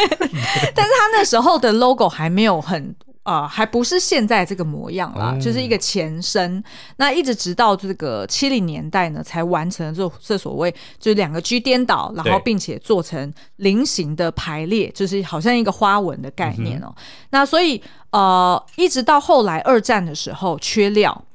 Speaker 1: 他那时候的 logo 还没有很。啊、还不是现在这个模样啦，
Speaker 2: 哦
Speaker 1: 就是一个前身。那一直直到这个七零年代呢，才完成了这这所谓就是两个 G 颠倒，然后
Speaker 2: 对
Speaker 1: 并且做成菱形的排列，就是好像一个花纹的概念哦、那所以呃，一直到后来二战的时候缺料，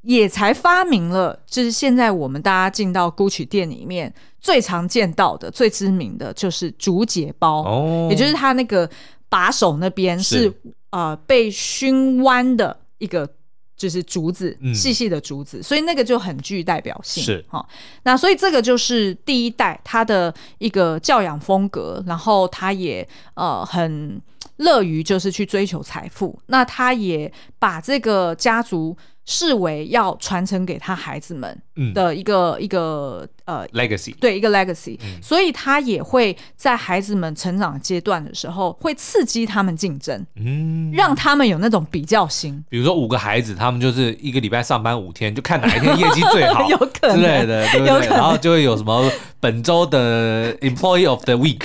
Speaker 1: 也才发明了，就是现在我们大家进到 GUCCI 店里面最常见到的、最知名的就是竹节包。
Speaker 2: 哦，
Speaker 1: 也就是它那个把手那边
Speaker 2: 是
Speaker 1: 是呃被熏弯的一个。就是竹子，
Speaker 2: 嗯
Speaker 1: 细细的竹子，所以那个就很具代表性。
Speaker 2: 是
Speaker 1: 哦，那所以这个就是第一代他的一个教养风格，然后他也呃很乐于就是去追求财富，那他也把这个家族视为要传承给他孩子们
Speaker 2: 嗯
Speaker 1: 的一个、一个呃
Speaker 2: legacy，
Speaker 1: 对一个 legacy，、
Speaker 2: 嗯
Speaker 1: 所以他也会在孩子们成长阶段的时候，会刺激他们竞争，
Speaker 2: 嗯，
Speaker 1: 让他们有那种比较心，
Speaker 2: 比如说五个孩子，他们就是一个礼拜上班五天，就看哪一天业绩最 好，
Speaker 1: 有可能
Speaker 2: 之类的， 对不
Speaker 1: 有可
Speaker 2: 对？
Speaker 1: 能
Speaker 2: 然后就会有什么本周的 employee of the week，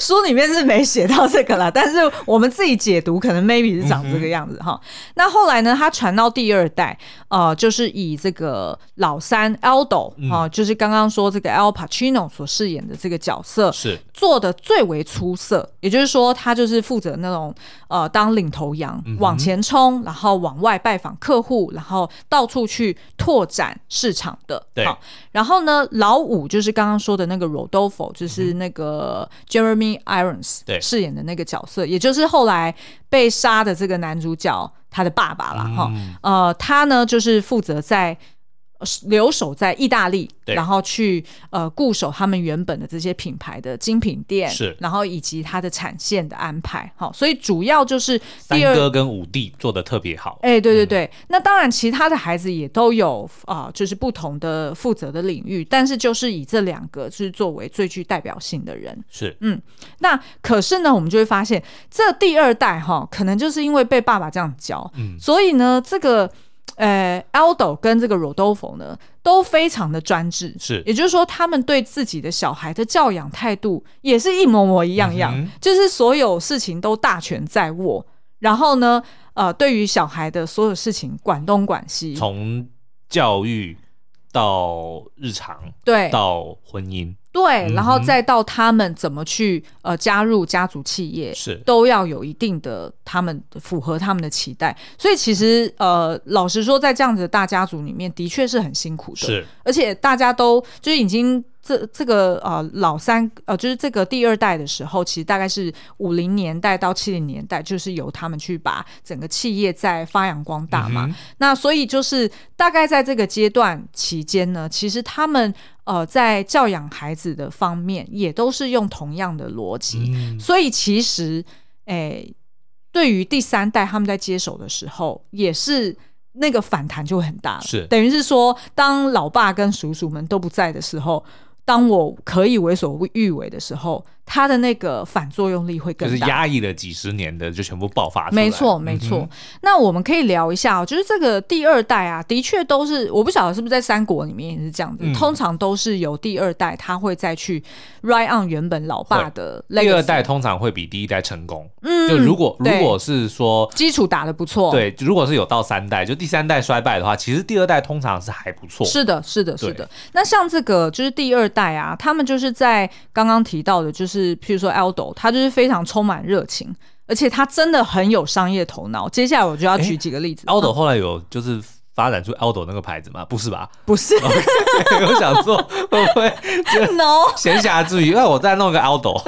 Speaker 1: 书里面是没写到这个啦，但是我们自己解读，可能
Speaker 2: 嗯
Speaker 1: maybe 是长这个样子哈、那后来呢，他传到第二代，呃，就是以这个老三 Aldo
Speaker 2: 嗯
Speaker 1: 啊、就是刚刚说这个 Al Pacino 所饰演的这个角色，
Speaker 2: 是
Speaker 1: 做的最为出色，也就是说，他就是负责那种呃当领头羊，往前冲，然后往外拜访客户，然后到处去拓展市场的。
Speaker 2: 对
Speaker 1: 好然后呢，老五就是刚刚说的那个 Rodolfo，就是那个 Jeremy Irons
Speaker 2: 嗯对
Speaker 1: 饰演的那个角色，也就是后来被杀
Speaker 2: 嗯
Speaker 1: 的这个男主角他的爸爸啦。哈、呃，他呢就是负责在呃留守在意大利，
Speaker 2: 对
Speaker 1: 然后去呃固守他们原本的这些品牌的精品店，
Speaker 2: 是
Speaker 1: 然后以及它的产线的安排，好，所以主要就是
Speaker 2: 三
Speaker 1: 第二
Speaker 2: 哥跟五弟做的特别好，
Speaker 1: 哎、对对对，那当然，其他的孩子也都有啊、就是不同的负责的领域，但是就是以这两个是作为最具代表性的人。
Speaker 2: 是
Speaker 1: 那可是呢，我们就会发现，这第二代哈，可能就是因为被爸爸这样教，
Speaker 2: 嗯
Speaker 1: 所以呢，这个呃，Aldo 跟这个 Rodolfo 呢，都非常的专制，
Speaker 2: 是
Speaker 1: 也就是说，他们对自己的小孩的教养态度也是一模模一样样，
Speaker 2: 嗯哼
Speaker 1: 就是所有事情都大权在握。然后呢，呃，对于小孩的所有事情管东管西，
Speaker 2: 从教育到日常
Speaker 1: 对
Speaker 2: 到婚姻，
Speaker 1: 对，
Speaker 2: 哼
Speaker 1: 然后再到他们怎么去呃加入家族企业，
Speaker 2: 是
Speaker 1: 都要有一定的他们符合他们的期待。所以其实呃，老实说，在这样子的大家族里面，的确是很辛苦的。
Speaker 2: 是
Speaker 1: 而且大家都就是已经这这个呃老三呃就是这个第二代的时候，其实大概是五零年代到七零年代，就是由他们去把整个企业在发扬光大嘛。
Speaker 2: 嗯哼
Speaker 1: 那所以就是大概在这个阶段期间呢，其实他们呃在教养孩子的方面也都是用同样的逻辑，
Speaker 2: 嗯
Speaker 1: 所以其实，诶、对于第三代他们在接手的时候，也是那个反弹就会很大了。
Speaker 2: 是
Speaker 1: 等于是说，当老爸跟叔叔们都不在的时候，当我可以为所欲为的时候，他的那个反作用力会
Speaker 2: 就
Speaker 1: 更
Speaker 2: 是
Speaker 1: 大。
Speaker 2: 压抑了几十年的，就全部爆发出来。
Speaker 1: 没错，没错。
Speaker 2: 嗯哼，
Speaker 1: 那我们可以聊一下、哦，就是这个第二代啊，的确都是，我不晓得是不是在三国里面也是这样子，
Speaker 2: 嗯
Speaker 1: 通常都是由第二代他会再去 ride on 原本老爸
Speaker 2: 会
Speaker 1: 的 legacy,
Speaker 2: 第二代，通常会比第一代成功。
Speaker 1: 嗯，
Speaker 2: 就如果如
Speaker 1: 对哦
Speaker 2: 果是说
Speaker 1: 基础打得不错，
Speaker 2: 对，如果是有到三代，就第三代衰败的话，其实第二代通常是还不错。
Speaker 1: 是的，是的，是
Speaker 2: 对
Speaker 1: 的。那像这个就是第二代啊，他们就是在刚刚提到的，就是譬如说 Aldo，他就是非常充满热情，而且他真的很有商业头脑。接下来我就要举几个例子。
Speaker 2: Aldo 后来有就是发展出 Aldo 那个牌子吗？不是吧？
Speaker 1: 不是
Speaker 2: 我想说会不会
Speaker 1: ，no
Speaker 2: 闲暇之余，哎，我再弄个 Aldo，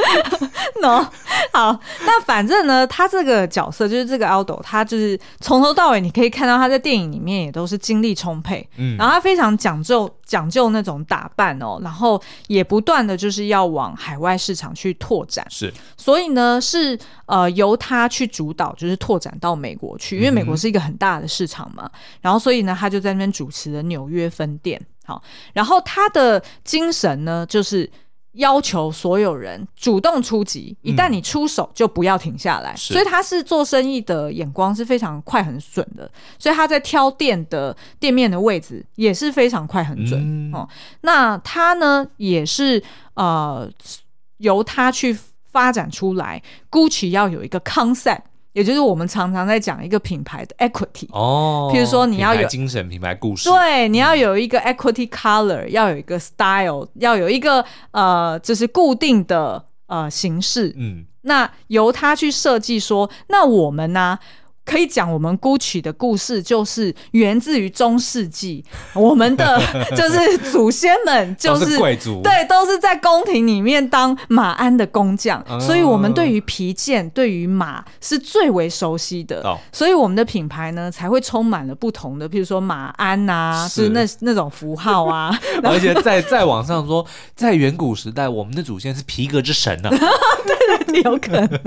Speaker 1: no。好，那反正呢，他这个角色就是这个 Aldo，他就是从头到尾，你可以看到他在电影里面也都是精力充沛，
Speaker 2: 嗯
Speaker 1: 然，后他非常讲究讲究那种打扮哦，然后也不断的就是要往海外市场去拓展。
Speaker 2: 是
Speaker 1: 所以呢，是呃由他去主导，就是拓展到美国去，因为美国是一个很大的市场嘛。然后所以呢，他就在那边主持了纽约分店。好，然后他的精神呢，就是要求所有人主动出击，一旦你出手就不要停下来。
Speaker 2: 是
Speaker 1: 所以他是做生意的眼光是非常快很准的，所以他在挑店的店面的位置也是非常快很准。
Speaker 2: 嗯
Speaker 1: 哦那他呢，也是呃，由他去发展出来，Gucci 要有一个 concept，也就是我们常常在讲一个品牌的 equity。
Speaker 2: 哦，
Speaker 1: 譬如说你要有
Speaker 2: 品牌精神、品牌故事，
Speaker 1: 对，你要有一个 equity color，要有一个 style，要有一个呃，就是固定的呃形式。
Speaker 2: 嗯，
Speaker 1: 那由他去设计说，那我们呢、可以讲我们 GUCCI 的故事，就是源自于中世纪，我们的 就是祖先们就
Speaker 2: 都是贵族，，
Speaker 1: 对，都是在宫廷里面当马鞍的工匠，
Speaker 2: 哦
Speaker 1: 所以我们对于皮件、对于马是最为熟悉的。
Speaker 2: 哦
Speaker 1: 所以我们的品牌呢，才会充满了不同的，譬如说马鞍呐、啊，
Speaker 2: 是
Speaker 1: 是那那种符号啊，
Speaker 2: 而且在在网上说，在远古时代，我们的祖先是皮革之神啊呢，
Speaker 1: 有可能。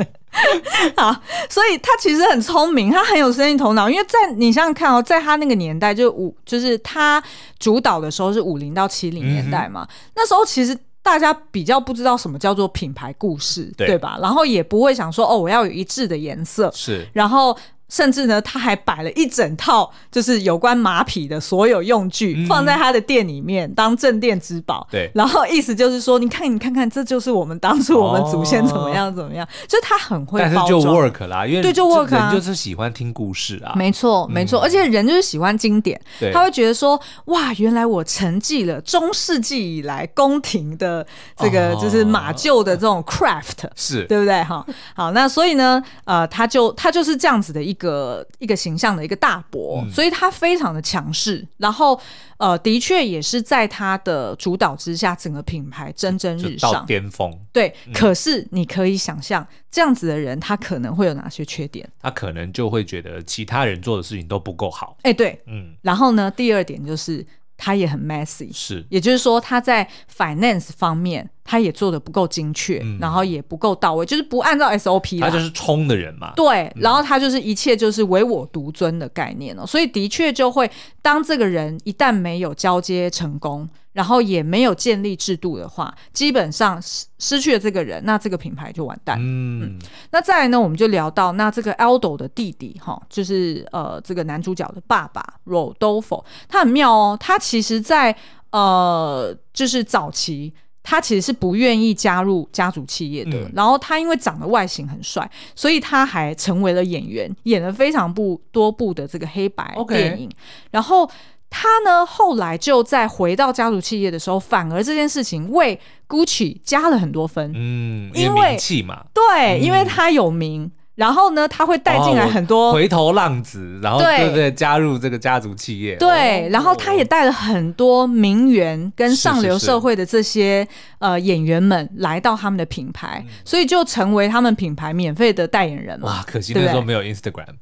Speaker 1: 好，所以他其实很聪明，他很有生意头脑。因为在你想想看哦，在他那个年代，就五，就是他主导的时候是五零到七零年代嘛，那时候其实。大家比较不知道什么叫做品牌故事，
Speaker 2: 对
Speaker 1: 吧？然后也不会想说哦，我要有一致的颜色，
Speaker 2: 是
Speaker 1: 然后甚至呢，他还摆了一整套就是有关马匹的所有用具，
Speaker 2: 嗯
Speaker 1: 放在他的店里面当镇店之宝。
Speaker 2: 对
Speaker 1: 然后意思就是说，你看，你看看，这就是我们当初我们祖先怎么样怎么样，就是他很会
Speaker 2: 哦但是
Speaker 1: 包
Speaker 2: 就
Speaker 1: 装。
Speaker 2: work 啦，因为
Speaker 1: 对就
Speaker 2: 这
Speaker 1: work 啊
Speaker 2: 人就是喜欢听故事啊，
Speaker 1: 没错，没错，而且人就是喜欢经典，
Speaker 2: 对
Speaker 1: 他会觉得说，哇，原来我沉寂了中世纪以来宫廷的这个
Speaker 2: 哦
Speaker 1: 就是马厩的这种 craft，、
Speaker 2: 是
Speaker 1: 对不对？哈，好， 那所以呢，呃，他就他就是这样子的一个一个形象的一个大伯，
Speaker 2: 嗯
Speaker 1: 所以他非常的强势，然后呃，的确也是在他的主导之下，整个品牌蒸蒸
Speaker 2: 就
Speaker 1: 日
Speaker 2: 到嗯
Speaker 1: 上。
Speaker 2: 巅峰，
Speaker 1: 对，可是你可以想象，这样子的人他可能会有哪些缺点？
Speaker 2: 他可能就会觉得其他人做的事情都不够好，
Speaker 1: 哎，对，
Speaker 2: 嗯，
Speaker 1: 然后呢，第二点就是它也很 messy。
Speaker 2: 是
Speaker 1: 也就是说，他在 finance 方面，他也做的不够精确，
Speaker 2: 嗯
Speaker 1: 然后也不够到位，就是不按照 SOP 啦。
Speaker 2: 他就是冲的人嘛，
Speaker 1: 对，然后他就是一切就是唯我独尊的概念哦，所以的确就会，当这个人一旦没有交接成功，然后也没有建立制度的话，基本上失失去了这个人，那这个品牌就完蛋。
Speaker 2: 嗯，
Speaker 1: 那再来呢，我们就聊到那这个 Aldo 的弟弟哈，就是呃这个男主角的爸爸 Rodolfo，他很妙哦，他其实在呃就是早期。他其实是不愿意加入家族企业的，
Speaker 2: 嗯
Speaker 1: 然后他因为长得外形很帅，所以他还成为了演员，演了非常不多部的这个黑白
Speaker 2: OK
Speaker 1: 电影。然后他呢，后来就在回到家族企业的时候，反而这件事情为 Gucci 加了很多分。
Speaker 2: 嗯，
Speaker 1: 因
Speaker 2: 因
Speaker 1: 为
Speaker 2: 名气嘛，
Speaker 1: 对，
Speaker 2: 嗯
Speaker 1: 因为他有名，然后呢，他会带进来
Speaker 2: 哦
Speaker 1: 很多、
Speaker 2: 回头浪子，然后
Speaker 1: 对
Speaker 2: 对不对，加入这个家族企业，
Speaker 1: 对
Speaker 2: 哦，
Speaker 1: 然后他也带了很多名媛跟上流
Speaker 2: 是是是
Speaker 1: 社会的这些呃演员们来到他们的品牌，所以就成为他们品牌免费的代言人嘛
Speaker 2: 嗯哇，。可惜
Speaker 1: 对不嗯
Speaker 2: 那
Speaker 1: 对
Speaker 2: 时候没有 Instagram，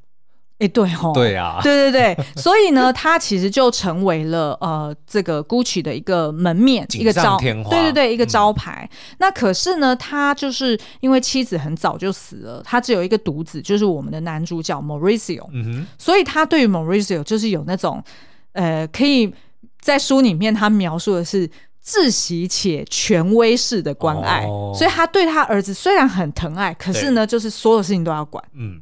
Speaker 1: 哎，对吼，
Speaker 2: 对啊，
Speaker 1: 对对 对，所以呢，他其实就成为了呃这个 Gucci 的一个门面，
Speaker 2: 锦
Speaker 1: 一个
Speaker 2: 上
Speaker 1: 招，对
Speaker 2: 添花嗯
Speaker 1: 对对，一个招牌。那可是呢，他就是因为妻子很早就死了，他只有一个独子，就是我们的男主角 Mauricio。
Speaker 2: 嗯
Speaker 1: 所以他对于 Maurizio 就是有那种呃，可以在书里面他描述的是窒息且权威式的关爱，
Speaker 2: 哦
Speaker 1: 所以他对他儿子虽然很疼爱，可是呢，就是所有事情都要管。
Speaker 2: 哼，嗯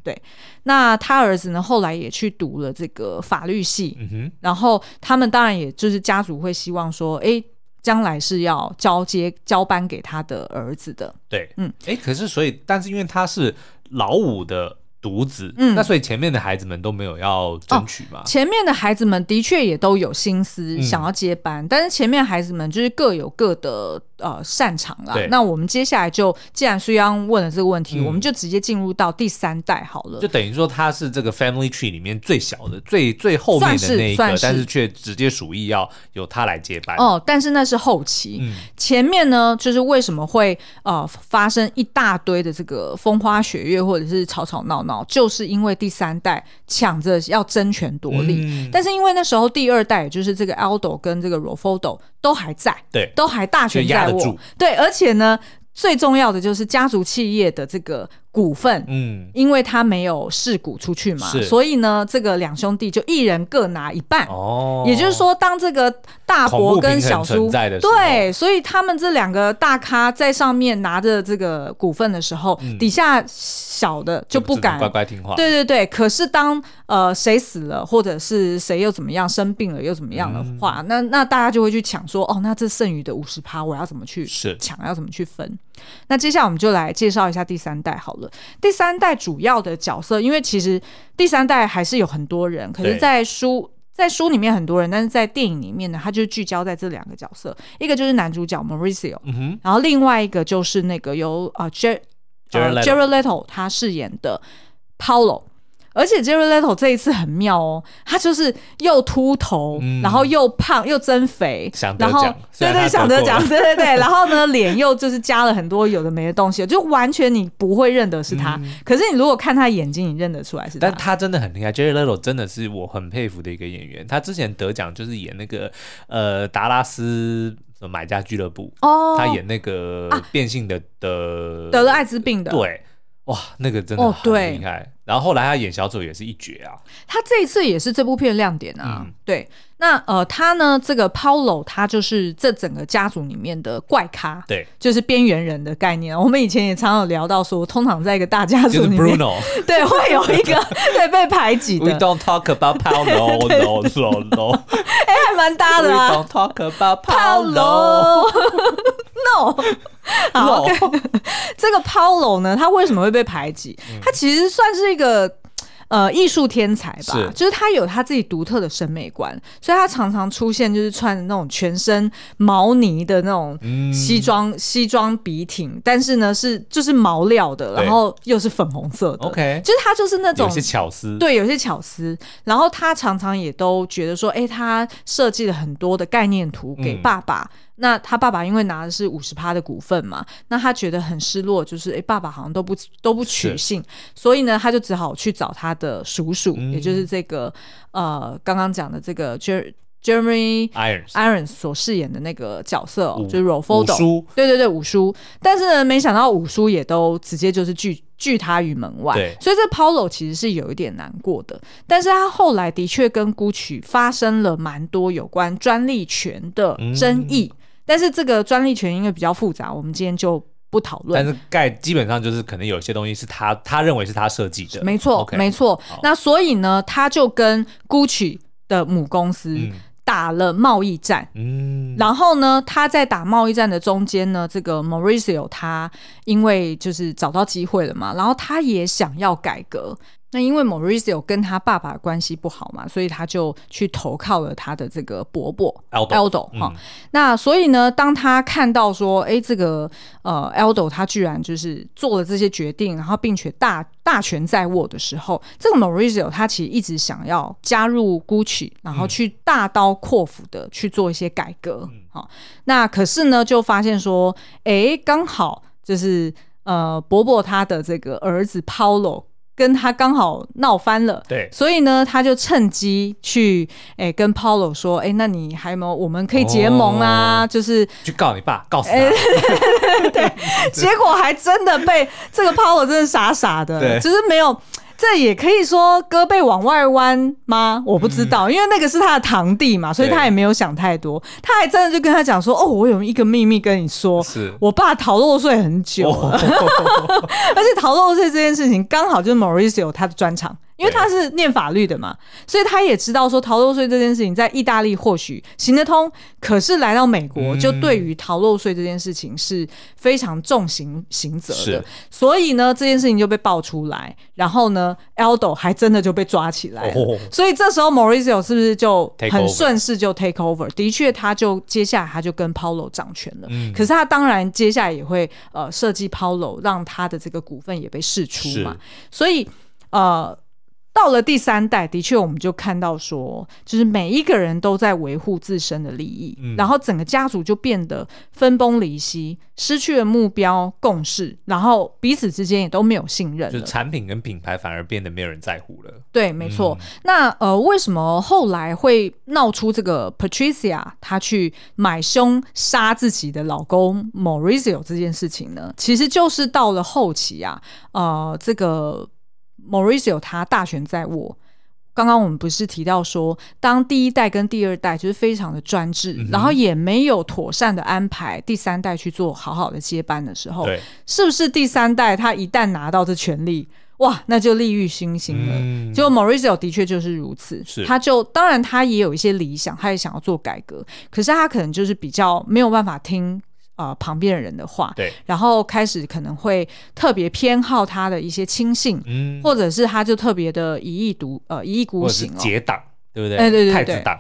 Speaker 1: 那他儿子呢，后来也去读了这个法律系，
Speaker 2: 嗯哼，
Speaker 1: 然后他们当然也就是家族会希望说，诶，将来是要交接交班给他的儿子的，
Speaker 2: 对，
Speaker 1: 嗯
Speaker 2: 嗯，哎，可是所以，但是因为他是老五的独子，
Speaker 1: 嗯哦
Speaker 2: 那所以前面的孩子们都没有要争取嘛，
Speaker 1: 前面的孩子们的确也都有心思
Speaker 2: 嗯
Speaker 1: 想要接班，但是前面孩子们就是各有各的呃擅长啦
Speaker 2: 对。
Speaker 1: 那我们接下来就，既然苏央问了这个问题，
Speaker 2: 嗯
Speaker 1: 我们就直接进入到第三代好了
Speaker 2: 就。等于说他是这个 family tree 里面最小的、最最后
Speaker 1: 算
Speaker 2: 面
Speaker 1: 是
Speaker 2: 的那一
Speaker 1: 算
Speaker 2: 个，
Speaker 1: 是
Speaker 2: 但是却直接鼠疫要由他来接班。
Speaker 1: 哦，但是那是后期，
Speaker 2: 嗯，
Speaker 1: 前面呢，就是为什么会呃发生一大堆的这个风花雪月或者是吵吵闹闹，就是因为第三代抢着要争权夺利。
Speaker 2: 嗯
Speaker 1: 但是因为那时候第二代，也就是这个 Aldo 跟这个 Rofoldo 都还在，
Speaker 2: 对，
Speaker 1: 都还大权
Speaker 2: 就压
Speaker 1: 在
Speaker 2: 得
Speaker 1: 握
Speaker 2: 住。
Speaker 1: 对，而且呢，最重要的就是家族企业的这个股份。
Speaker 2: 嗯，
Speaker 1: 因为他没有释股出去嘛，
Speaker 2: 是
Speaker 1: 所以呢，这个两兄弟就一人各拿一半。
Speaker 2: 哦，
Speaker 1: 也就是，说，当这个大
Speaker 2: 恐
Speaker 1: 伯
Speaker 2: 怖平
Speaker 1: 跟
Speaker 2: 衡
Speaker 1: 小
Speaker 2: 存
Speaker 1: 叔
Speaker 2: 在的时候
Speaker 1: 对，所以他们这两个大咖在上面拿着这个股份的时候，
Speaker 2: 嗯
Speaker 1: 底下小的就不敢
Speaker 2: 乖乖听话。
Speaker 1: 对对对，可是当呃谁死了，或者是谁又怎么样生病了又怎么样的话，那那大家就会去抢说，哦，那这剩余的五十趴我要怎么去
Speaker 2: 是
Speaker 1: 抢，要怎么去分？那接下来我们就来介绍一下第三代好了。第三代主要的角色，因为其实第三代还是有很多人，可是，
Speaker 2: 对
Speaker 1: 在书。在书里面很多人，但是在电影里面呢，他就聚焦在这两个角色，一个就是男主角 Mauricio，
Speaker 2: 嗯哼
Speaker 1: 然后另外一个就是那个由啊 Jer 呃
Speaker 2: Jared Leto
Speaker 1: Jared Leto 他饰演的 Paulo。而且 Jared Leto 这一次很妙哦，他就是又秃头，
Speaker 2: 嗯
Speaker 1: 然后又胖又增肥，
Speaker 2: 想得
Speaker 1: 然后
Speaker 2: 奖虽
Speaker 1: 对
Speaker 2: 然
Speaker 1: 对
Speaker 2: 他
Speaker 1: 想
Speaker 2: 得
Speaker 1: 得
Speaker 2: 过
Speaker 1: 奖，
Speaker 2: 了
Speaker 1: 对对对，然后呢脸又就是加了很多有的没的东西，就完全你不会认得是他。可是你如果看他眼睛，你认得出来是他
Speaker 2: 嗯但。他真的很厉害，Jerry Leto 真的是我很佩服的一个演员。他之前得奖就是演那个呃达拉斯什么买家俱乐部，
Speaker 1: 哦，啊
Speaker 2: 他演那个变性的的
Speaker 1: 得了艾滋病的，
Speaker 2: 对，哇，那个真
Speaker 1: 哦
Speaker 2: 的很
Speaker 1: 对
Speaker 2: 厉害。然后后来他演小丑也是一绝啊，
Speaker 1: 他这一次也是这部片的亮点啊。
Speaker 2: 嗯
Speaker 1: 对，那呃，他呢，这个 Paulo 他就是这整个家族里面的怪咖，
Speaker 2: 对，
Speaker 1: 就是边缘人的概念。啊我们以前也常有聊到说，通常在一个大家
Speaker 2: 就
Speaker 1: 族
Speaker 2: 是
Speaker 1: 里面，
Speaker 2: Bruno。
Speaker 1: 对，会有一 个对被排挤
Speaker 2: We
Speaker 1: 的，
Speaker 2: don't talk about Paolo, no, no, no.
Speaker 1: 还蛮搭
Speaker 2: We
Speaker 1: 的啊。
Speaker 2: don't talk about Paolo.
Speaker 1: Paulo ，no，好
Speaker 2: No
Speaker 1: 这个 Paulo 呢，他为什么会被排挤？
Speaker 2: 嗯
Speaker 1: 他其实算是一个。呃，艺术天才吧，
Speaker 2: 是
Speaker 1: 就是他有他自己独特的审美观，所以他常常出现就是穿那种全身毛呢的那种
Speaker 2: 嗯
Speaker 1: 西装、西装笔挺，但是呢是就是毛料的，
Speaker 2: 对
Speaker 1: 然后又是粉红色的
Speaker 2: OK
Speaker 1: 就是他就是那种
Speaker 2: 有些巧思，
Speaker 1: 对，有些巧思。然后他常常也都觉得说，哎、他设计了很多的概念图给
Speaker 2: 嗯
Speaker 1: 爸爸。那他爸爸因为拿的是五十趴的股份嘛，那他觉得很失落，就是哎、诶爸爸好像都不都不取
Speaker 2: 是
Speaker 1: 信，所以呢，他就只好去找他的叔叔，
Speaker 2: 嗯
Speaker 1: 也就是这个呃刚刚讲的这个 Jer Jeremy
Speaker 2: Irons
Speaker 1: Irons 所饰演的那个角色、哦，
Speaker 2: 五
Speaker 1: 就是 Rolfo
Speaker 2: 五叔
Speaker 1: 对对对，五叔。但是呢，没想到五叔也都直接就是拒拒他于门外
Speaker 2: 对，
Speaker 1: 所以这 Paulo 其实是有一点难过的。但是他后来的确跟 Gucci 发生了蛮多有关专利权的
Speaker 2: 嗯
Speaker 1: 争议，但是这个专利权因为比较复杂，我们今天就不讨论
Speaker 2: 但。是盖基本上就是可能有些东西是他他认为是他设计的，
Speaker 1: 没错
Speaker 2: OK
Speaker 1: 没错
Speaker 2: 好。
Speaker 1: 那所以呢，他就跟 Gucci 的母公司
Speaker 2: 嗯
Speaker 1: 打了贸易战。
Speaker 2: 嗯，
Speaker 1: 然后呢，他在打贸易战的中间呢，这个 Mauricio 他因为就是找到机会了嘛，然后他也想要改革。那因为 Mauricio 跟他爸爸关系不好嘛，所以他就去投靠了他的这个伯伯
Speaker 2: Aldo
Speaker 1: Aldo 哈、
Speaker 2: 嗯
Speaker 1: 那所以呢，当他看到说，哎，这个呃 Aldo 他居然就是做了这些决定，然后并且大大权在握的时候，这个 Maurizio 他其实一直想要加入 Gucci，然
Speaker 2: 嗯
Speaker 1: 后去大刀阔斧的去做一些改革。好、那可是呢，就发现说，哎，刚好就是呃伯伯他的这个儿子 Paulo。跟他刚好闹翻了，
Speaker 2: 对
Speaker 1: 所以呢，他就趁机去，哎、跟 Paulo 说，哎、那你还有没有，我们可以结盟啊？
Speaker 2: 哦
Speaker 1: 就是
Speaker 2: 去告你爸，告死
Speaker 1: 哎
Speaker 2: 他，
Speaker 1: 结果还真的被这个 Paulo 真的傻傻的，
Speaker 2: 对
Speaker 1: 就是没有。这也可以说胳膊往外弯吗？我不知道，因为那个是他的堂弟嘛，所以
Speaker 2: 嗯对
Speaker 1: 他也没有想太多。他还真的就跟他讲说：“哦，我有一个秘密跟你说，
Speaker 2: 是
Speaker 1: 我爸逃漏税很久
Speaker 2: 哦
Speaker 1: 了， 而且逃漏税这件事情刚好就是 Mauricio 他的专长，因为
Speaker 2: 对
Speaker 1: 他是念法律的嘛，所以他也知道说逃漏税这件事情在意大利或许行得通，可是来到美国
Speaker 2: 嗯
Speaker 1: 就对于逃漏税这件事情是非常重刑刑责的
Speaker 2: 是，
Speaker 1: 所以呢这件事情就被爆出来，然后呢 Aldo 还真的就被抓起来了。
Speaker 2: 哦
Speaker 1: 所以这时候 Mauricio 是不是就
Speaker 2: Take
Speaker 1: 很
Speaker 2: over
Speaker 1: 顺势就 take over？的确，他就接下来他就跟 Paulo 掌权了。
Speaker 2: 嗯
Speaker 1: 可是他当然接下来也会呃设计 Paulo，让他的这个股份也被释出
Speaker 2: 是
Speaker 1: 嘛。所以呃，到了第三代，的确我们就看到说，就是每一个人都在维护自身的利益，
Speaker 2: 嗯
Speaker 1: 然后整个家族就变得分崩离析，失去了目标共识，然后彼此之间也都没有信任
Speaker 2: 就
Speaker 1: 了
Speaker 2: 是。产品跟品牌反而变得没有人在乎了。
Speaker 1: 对，没错。
Speaker 2: 嗯
Speaker 1: 那呃，为什么后来会闹出这个 Patricia 她去买凶杀自己的老公 Maurizio 这件事情呢？其实就是到了后期啊，呃，这个 Maurizio 他大权在握。刚刚我们不是提到说，当第一代跟第二代就是非常的专制，
Speaker 2: 嗯哼
Speaker 1: 然后也没有妥善的安排第三代去做好好的接班的时候，
Speaker 2: 对，
Speaker 1: 是不是第三代他一旦拿到这权利，哇，那就利欲熏心了。
Speaker 2: 嗯
Speaker 1: 结果 Maurizio 的确就是如此，
Speaker 2: 是
Speaker 1: 他就当然他也有一些理想，他也想要做改革，可是他可能就是比较没有办法听呃旁边的人的话，
Speaker 2: 对，
Speaker 1: 然后开始可能会特别偏好他的一些亲信，
Speaker 2: 嗯，
Speaker 1: 或者是他就特别的一意独呃一意孤
Speaker 2: 或者是
Speaker 1: 行哦，
Speaker 2: 结党，对不对？
Speaker 1: 哎对对对
Speaker 2: 太子党，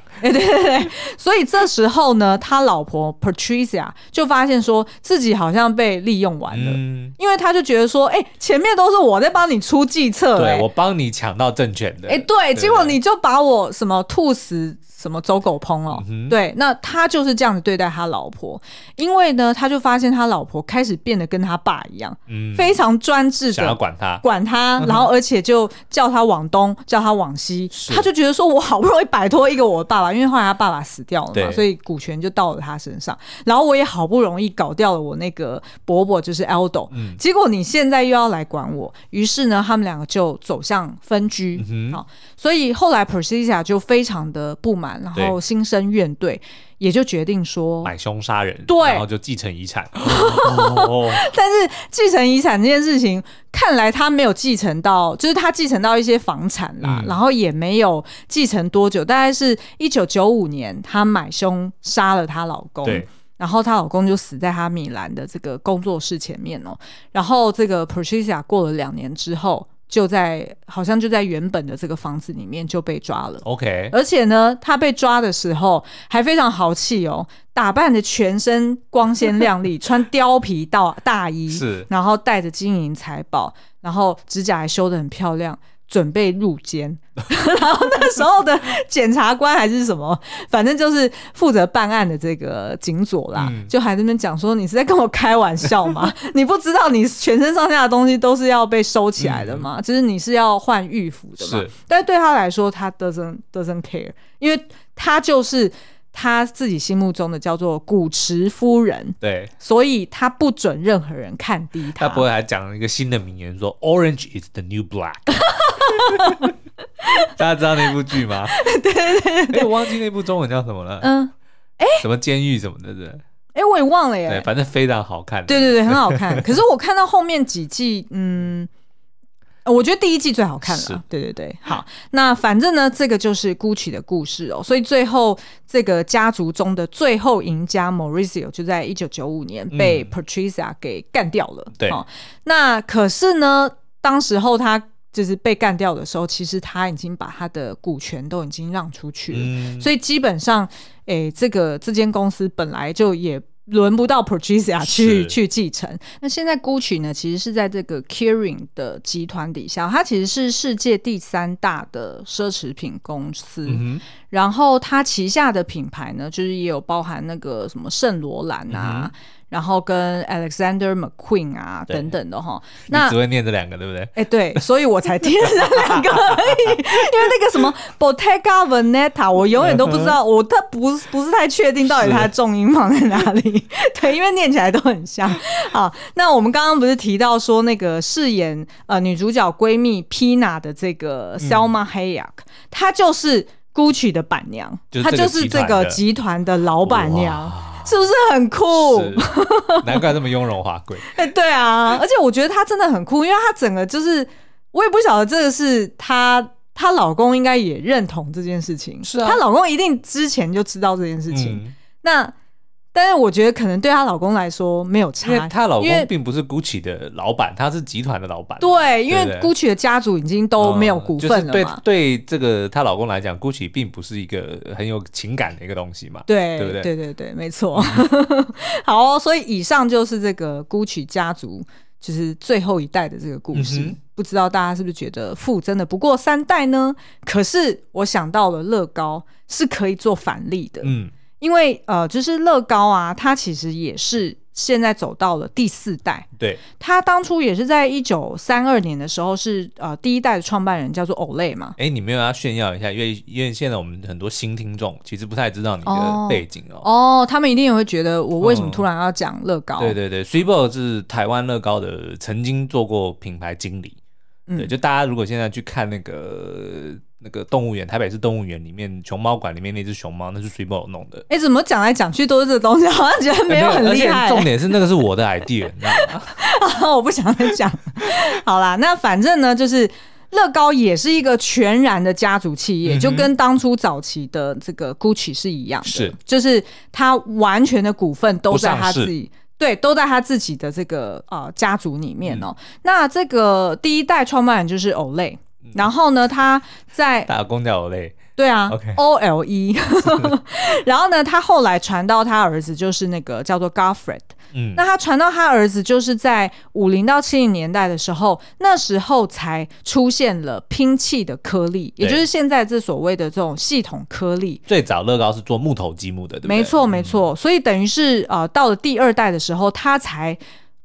Speaker 1: 所以这时候呢，他老婆 Patricia 就发现说自己好像被利用完了。
Speaker 2: 嗯，
Speaker 1: 因为他就觉得说，哎、前面都是我在帮你出计策、哎
Speaker 2: 对我帮你抢到政权的，
Speaker 1: 哎、对，结果你就把我什么吐死，什么走狗烹哦、
Speaker 2: 嗯哼
Speaker 1: 对，那他就是这样子对待他老婆，因为呢，他就发现他老婆开始变得跟他爸一样，
Speaker 2: 嗯
Speaker 1: 非常专制
Speaker 2: 想要
Speaker 1: 的。
Speaker 2: 管他，
Speaker 1: 管
Speaker 2: 嗯
Speaker 1: 他，然后而且就叫他往东，叫他往西，
Speaker 2: 是
Speaker 1: 他就觉得说，我好不容易摆脱一个我爸爸，因为后来他爸爸死掉了嘛，
Speaker 2: 对
Speaker 1: 所以股权就到了他身上，然后我也好不容易搞掉了我那个伯伯，就是 Aldo，、
Speaker 2: 嗯
Speaker 1: 结果你现在又要来管我，于是呢，他们两个就走向分居，
Speaker 2: 嗯哼，
Speaker 1: 好所以后来 Persia 就非常的不满，然后
Speaker 2: 对
Speaker 1: 心生怨怼，也就决定说，
Speaker 2: 买凶杀人，
Speaker 1: 对
Speaker 2: 然后就继承遗产， 哦，
Speaker 1: 但是继承遗产这件事情，看来他没有继承到，就是他继承到一些房产啦，
Speaker 2: 嗯
Speaker 1: 然后也没有继承多久，大概是一九九五年，她买凶杀了她老公，
Speaker 2: 对，
Speaker 1: 然后她老公就死在她米兰的这个工作室前面哦。然后这个 Patricia 过了两年之后，就在好像就在原本的这个房子里面就被抓了。
Speaker 2: OK，
Speaker 1: 而且呢，她被抓的时候还非常豪气哦，打扮的全身光鲜亮 丽，穿貂皮到大衣，
Speaker 2: 是
Speaker 1: 然后带着金银财宝，然后指甲还修得很漂亮。准备入监， 然后那时候的检察官还是什么，反正就是负责办案的这个警佐啦，
Speaker 2: 嗯
Speaker 1: 就还在那边讲说你是在跟我开玩笑 吗？你不知道你全身上下的东西都是要被收起来的吗？就是你是要换狱服的嘛
Speaker 2: 嗯是？
Speaker 1: 但是对他来说，他 doesn't doesn't care，因为他就是他自己心目中的叫做古池夫人，
Speaker 2: 对
Speaker 1: 所以他不准任何人看低
Speaker 2: 他不会还讲了一个新的名言说 “Orange is the new black”。大家知道那部 剧吗？对对对，哎，我忘记那部中文叫什么了，
Speaker 1: 嗯，
Speaker 2: 什么监狱什么的，对
Speaker 1: 哎、我也忘了耶。
Speaker 2: 对，反正非常好看。
Speaker 1: 对对对，很好看。 可是我看到后面几季，嗯，呃我觉得第一季最好看
Speaker 2: 是
Speaker 1: 了。对对对，好，那反正呢，这个就是 Gucci 的故事哦。所以最后这个家族中的最后赢家 Maurizio 就在一九九五年被 Patricia 给干掉了。
Speaker 2: 嗯对
Speaker 1: 哦，那可是呢，当时候他就是被干掉的时候，其实他已经把他的股权都已经让出去了。
Speaker 2: 嗯，
Speaker 1: 所以基本上，诶、这个这间公司本来就也轮不到 Patricia 去
Speaker 2: 是
Speaker 1: 去继承。那现在 Gucci 呢，其实是在这个 Kering 的集团底下，它其实是世界第三大的奢侈品公司。
Speaker 2: 嗯哼
Speaker 1: 然后它旗下的品牌呢，就是也有包含那个什么圣罗兰啊，然后跟 Alexander McQueen 啊
Speaker 2: 嗯对
Speaker 1: 等等的哈。
Speaker 2: 你
Speaker 1: 那
Speaker 2: 只会念这两个，对不对？
Speaker 1: 哎、 对，所以我才听了这两个而已，因为那个 什么 Bottega Veneta，我永远都不知道，我他不不是太确定到底它的重音放在哪 里。对，因为念起来都很像。好，那我们刚刚不是提到说那个饰演呃女主角闺蜜 Pina 的这个
Speaker 2: 嗯
Speaker 1: Selma Hayek，、她就是。GUCCI 的板娘，
Speaker 2: 就是
Speaker 1: 她
Speaker 2: 这个
Speaker 1: 就是
Speaker 2: 集
Speaker 1: 这
Speaker 2: 团
Speaker 1: 个
Speaker 2: 的
Speaker 1: 集团的老板娘，
Speaker 2: 哇
Speaker 1: 是不是很酷？
Speaker 2: 是，难怪这么雍容华贵。
Speaker 1: 哎、对 啊，而且我觉得她真的很酷，因为她整个就是，我也不晓得这个是她她老公应该也认同这件事情，
Speaker 2: 是啊
Speaker 1: 她老公一定之前就知道这 件事情。
Speaker 2: 嗯，
Speaker 1: 那但是我觉得可能对她老公来说没有
Speaker 2: 因为
Speaker 1: 差，
Speaker 2: 她老
Speaker 1: 因为
Speaker 2: 公并不是 GUCCI 的老板，他是集团的老板。
Speaker 1: 对，因为
Speaker 2: 对不
Speaker 1: GUCCI 的家族已经都没有股份
Speaker 2: 嗯
Speaker 1: 了
Speaker 2: 就是
Speaker 1: 嘛，
Speaker 2: 对对，这个她老公来讲，GUCCI 并不是一个很有情感的一个东西嘛。
Speaker 1: 对
Speaker 2: 对不对嗯
Speaker 1: 对对对没错。 好哦、所以以上就是这个 GUCCI 家族，就是最后一代的这个故事。
Speaker 2: 嗯哼
Speaker 1: 不知道大家是不是觉得富真的不过三代呢？可是我想到了乐高是可以做反例的，
Speaker 2: 嗯，
Speaker 1: 因为呃，就是乐高啊，它其实也是现在走到了第四代。
Speaker 2: 对，
Speaker 1: 它当初也是在一九三二年的时候是呃第一代的创办人叫做 Olay 嘛，
Speaker 2: 哎，你没有要炫耀一下，因为因为现在我们很多新听众其实不太知道你
Speaker 1: 哦
Speaker 2: 的背景哦。
Speaker 1: 哦，他们一定也会觉得我为什么
Speaker 2: 嗯
Speaker 1: 突然要讲乐高？
Speaker 2: 对对对 s w e b o 是台湾乐高的，曾经做过品牌经理。
Speaker 1: 嗯
Speaker 2: 对，就大家如果现在去看那个那个动物园，台北市动物园里面熊猫馆里面那只熊猫，那是 s w e b o 弄的。
Speaker 1: 哎、怎么讲来讲去都是这东西，好像觉得没有很厉害、
Speaker 2: 而且重点是那个是我的 idea，你知道 吗？
Speaker 1: 我不想再讲。 好啦，那反正呢，就是乐高也是一个全然的家族企业，
Speaker 2: 嗯哼
Speaker 1: 就跟当初早期的这个 GUCCI 是一样的，
Speaker 2: 是
Speaker 1: 就是它完全的股份都在他
Speaker 2: 不上市
Speaker 1: 自己。对，都在他自己的这个呃家族里面哦。
Speaker 2: 嗯
Speaker 1: 那这个第一代创办人就是 Olay，、然后呢，他在
Speaker 2: 打工掉我累。
Speaker 1: 对啊
Speaker 2: OK
Speaker 1: ，O L E。然后呢，他后来传到他儿子，就是那个叫做 Garfred。
Speaker 2: 嗯，
Speaker 1: 那他传到他儿子，就是在五零到七零年代的时候，那时候才出现了拼砌的颗粒，也
Speaker 2: 对
Speaker 1: 就是现在这所谓的这种系统颗粒。
Speaker 2: 最早乐高是做木头积木的，对嗯不对？
Speaker 1: 没错，没错。所以等于是呃，到了第二代的时候，他才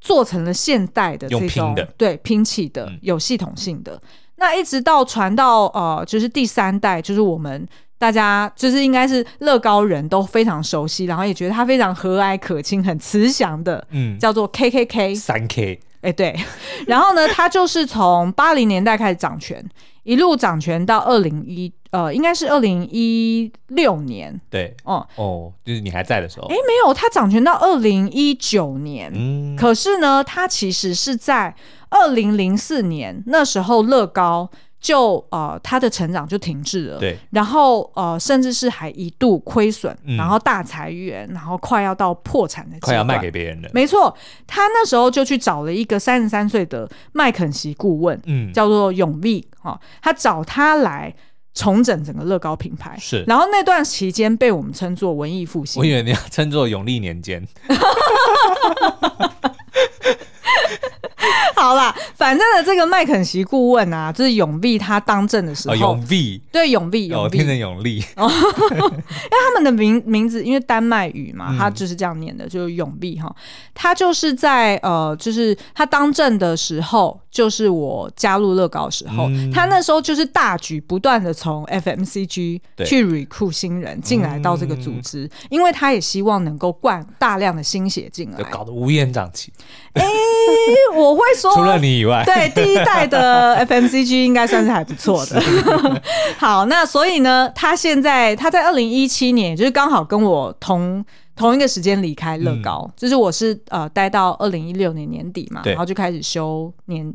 Speaker 1: 做成了现代的这
Speaker 2: 用
Speaker 1: 种
Speaker 2: 拼的
Speaker 1: 对拼起的、
Speaker 2: 嗯
Speaker 1: 有系统性的。那一直到传到呃，就是第三代，就是我们大家就是应该是乐高人都非常熟悉，然后也觉得它非常和蔼可亲、很慈祥的，
Speaker 2: 嗯，
Speaker 1: 叫做 KKK。
Speaker 2: 三 K
Speaker 1: 哎、对， 然后呢，它就是从八零年代开始掌权，一路掌权到二零一呃，应该是二零一六年
Speaker 2: 对
Speaker 1: 哦，
Speaker 2: 哦，就是你还在的时候。
Speaker 1: 哎、没有，它掌权到二零一九年。
Speaker 2: 嗯，
Speaker 1: 可是呢，它其实是在二零零四年那时候，乐高就呃它的成长就停滞了。
Speaker 2: 对，
Speaker 1: 然后呃，甚至是还一度亏损，
Speaker 2: 嗯
Speaker 1: 然后大裁员，然后快要到破产的阶段，
Speaker 2: 快要卖给别人了。
Speaker 1: 没错，他那时候就去找了一个三十三岁的麦肯锡顾问，
Speaker 2: 嗯，
Speaker 1: 叫做永利哈、哦，他找他来重整整个乐高品牌。
Speaker 2: 是。
Speaker 1: 然后那段期间被我们称作文艺复
Speaker 2: 我
Speaker 1: 兴
Speaker 2: 以，为你要称作永历年间，
Speaker 1: 好啦，反正呢，这个麦肯锡顾问啊，就是永利他当政的时
Speaker 2: 哦，
Speaker 1: 候，
Speaker 2: 永利，
Speaker 1: 对永利
Speaker 2: 哦，
Speaker 1: 永利，
Speaker 2: 听
Speaker 1: 因
Speaker 2: 成
Speaker 1: 为
Speaker 2: 永利，
Speaker 1: 他们的名名字因为丹麦语嘛
Speaker 2: 嗯，
Speaker 1: 他就是这样念的，就是永利哈。他就是在呃，就是他当政的时候，就是我加入乐高的时候，
Speaker 2: 嗯
Speaker 1: 他那时候就是大举不断的从 FMCG
Speaker 2: 对嗯
Speaker 1: 去 recruit 新人进来到这个组织，因为他也希望能够灌大量的新血进
Speaker 2: 就
Speaker 1: 来。
Speaker 2: 搞得乌烟瘴气。
Speaker 1: 因为我会说，
Speaker 2: 除了你以外，
Speaker 1: 对，第一代 的 FMCG 应该算是还不错的。 好，那所以呢，他现在他在二零一七年，也就是刚好跟我同同一个时间离开乐高，就是我是呃待到二零一六年年底嘛，
Speaker 2: 嗯对
Speaker 1: 然后就开始休年。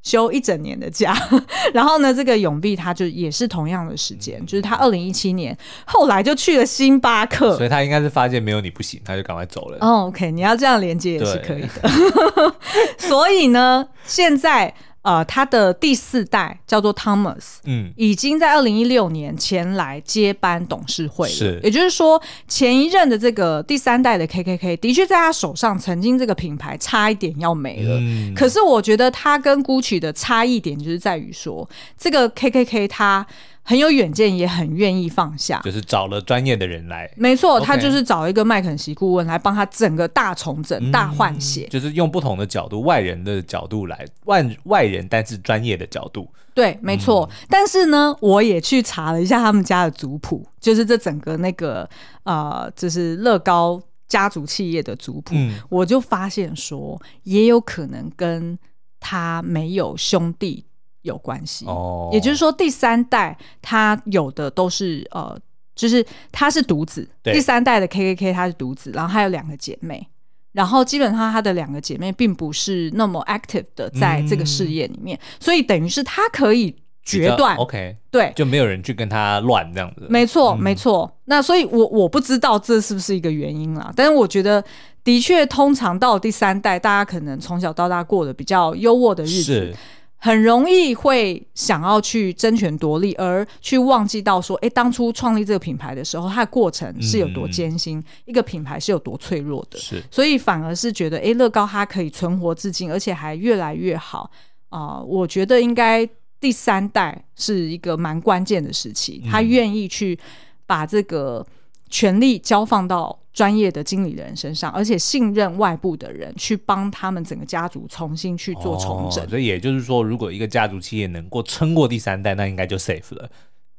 Speaker 1: 休一整年的假， 然后呢，这个永碧他就也是同样的时
Speaker 2: 嗯
Speaker 1: 间，就是他二零一七年后来就去了星巴克，
Speaker 2: 所以他应该是发现没有你不行，他就赶快走了。
Speaker 1: 哦、o k 你要这样连接也是
Speaker 2: 对
Speaker 1: 可以的。所以呢，现在呃，他的第四代叫做 Thomas，
Speaker 2: 嗯，
Speaker 1: 已经在二零一六年前来接班董事会了。
Speaker 2: 是
Speaker 1: 也就是说，前一任的这个第三代的 KKK 的确在他手上曾经这个品牌差一点要没了。
Speaker 2: 嗯
Speaker 1: 可是我觉得他跟 GUCCI 的差异点就是在于说，这个 KKK 他很有远见，也很愿意放下。
Speaker 2: 就是找了专业的人来，
Speaker 1: 没错，
Speaker 2: OK
Speaker 1: 他就是找一个麦肯锡顾问来帮他整个大重整、
Speaker 2: 嗯
Speaker 1: 大换血。
Speaker 2: 就是用不同的角度，外人的角度来，外外人但是专业的角度，
Speaker 1: 对，没错。
Speaker 2: 嗯
Speaker 1: 但是呢，我也去查了一下他们家的族谱，就是这整个那个呃，就是乐高家族企业的族谱，
Speaker 2: 嗯，
Speaker 1: 我就发现说，也有可能跟他没有兄弟有关系。
Speaker 2: 哦，
Speaker 1: 也就是说，第三代他有的都是呃，就是他是独子，
Speaker 2: 对
Speaker 1: 第三代的 KKK 他是独子，然后还有两个姐妹，然后基本上他的两个姐妹并不是那么 active 的在这个事业里面，所以等于是他可以
Speaker 2: 比较
Speaker 1: 决断，
Speaker 2: 嗯，OK，嗯
Speaker 1: 对。
Speaker 2: 就没有人去跟他乱这样子，
Speaker 1: 没错，没错。那所以我，我不知道这是不是一个原因啦，但是我觉得，的确，通常到了第三代，大家可能从小到大过得比较优渥的日子
Speaker 2: 是，
Speaker 1: 很容易会想要去争权夺利，而去忘记到说，诶，当初创立这个品牌的时候，它的过程是有多艰辛，一个品牌是有多脆弱的，
Speaker 2: 是，
Speaker 1: 所以反而是觉得，诶，乐高它可以存活至今，而且还越来越好啊、我觉得应该第三代是一个蛮关键的时期，他愿意去把这个权力交放到专业的经理人身上，而且信任外部的人去帮他们整个家族重新去做重整
Speaker 2: 哦。所以也就是说，如果一个家族企业能够撑过第三代，那应该就 safe 了，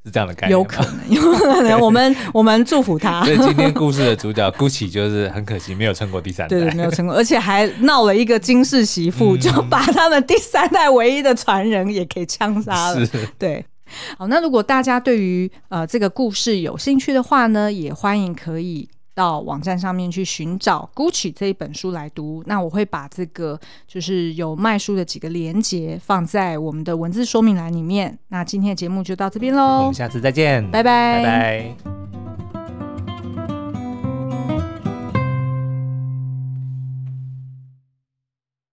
Speaker 2: 是这样的概念吗。
Speaker 1: 有可能，有可能， 我们我们祝福他
Speaker 2: 所。以今天故事的主角 GUCCI 就是很可惜没有撑过第三代
Speaker 1: 对，对，没有成功，而且还闹了一个金氏媳妇，就把他们第三代唯一的传人也给枪杀了。
Speaker 2: 是
Speaker 1: 对，好，那如果大家对于呃这个故事有兴趣的话呢，也欢迎可以到网站上面去寻找《Gucci》这一本书来读。那我会把这个就是有卖书的几个连接放在我们的文字说明栏里面。那今天的节目就到这边
Speaker 2: 我
Speaker 1: 喽
Speaker 2: 们，下次再见，
Speaker 1: 嗯拜拜
Speaker 2: 拜拜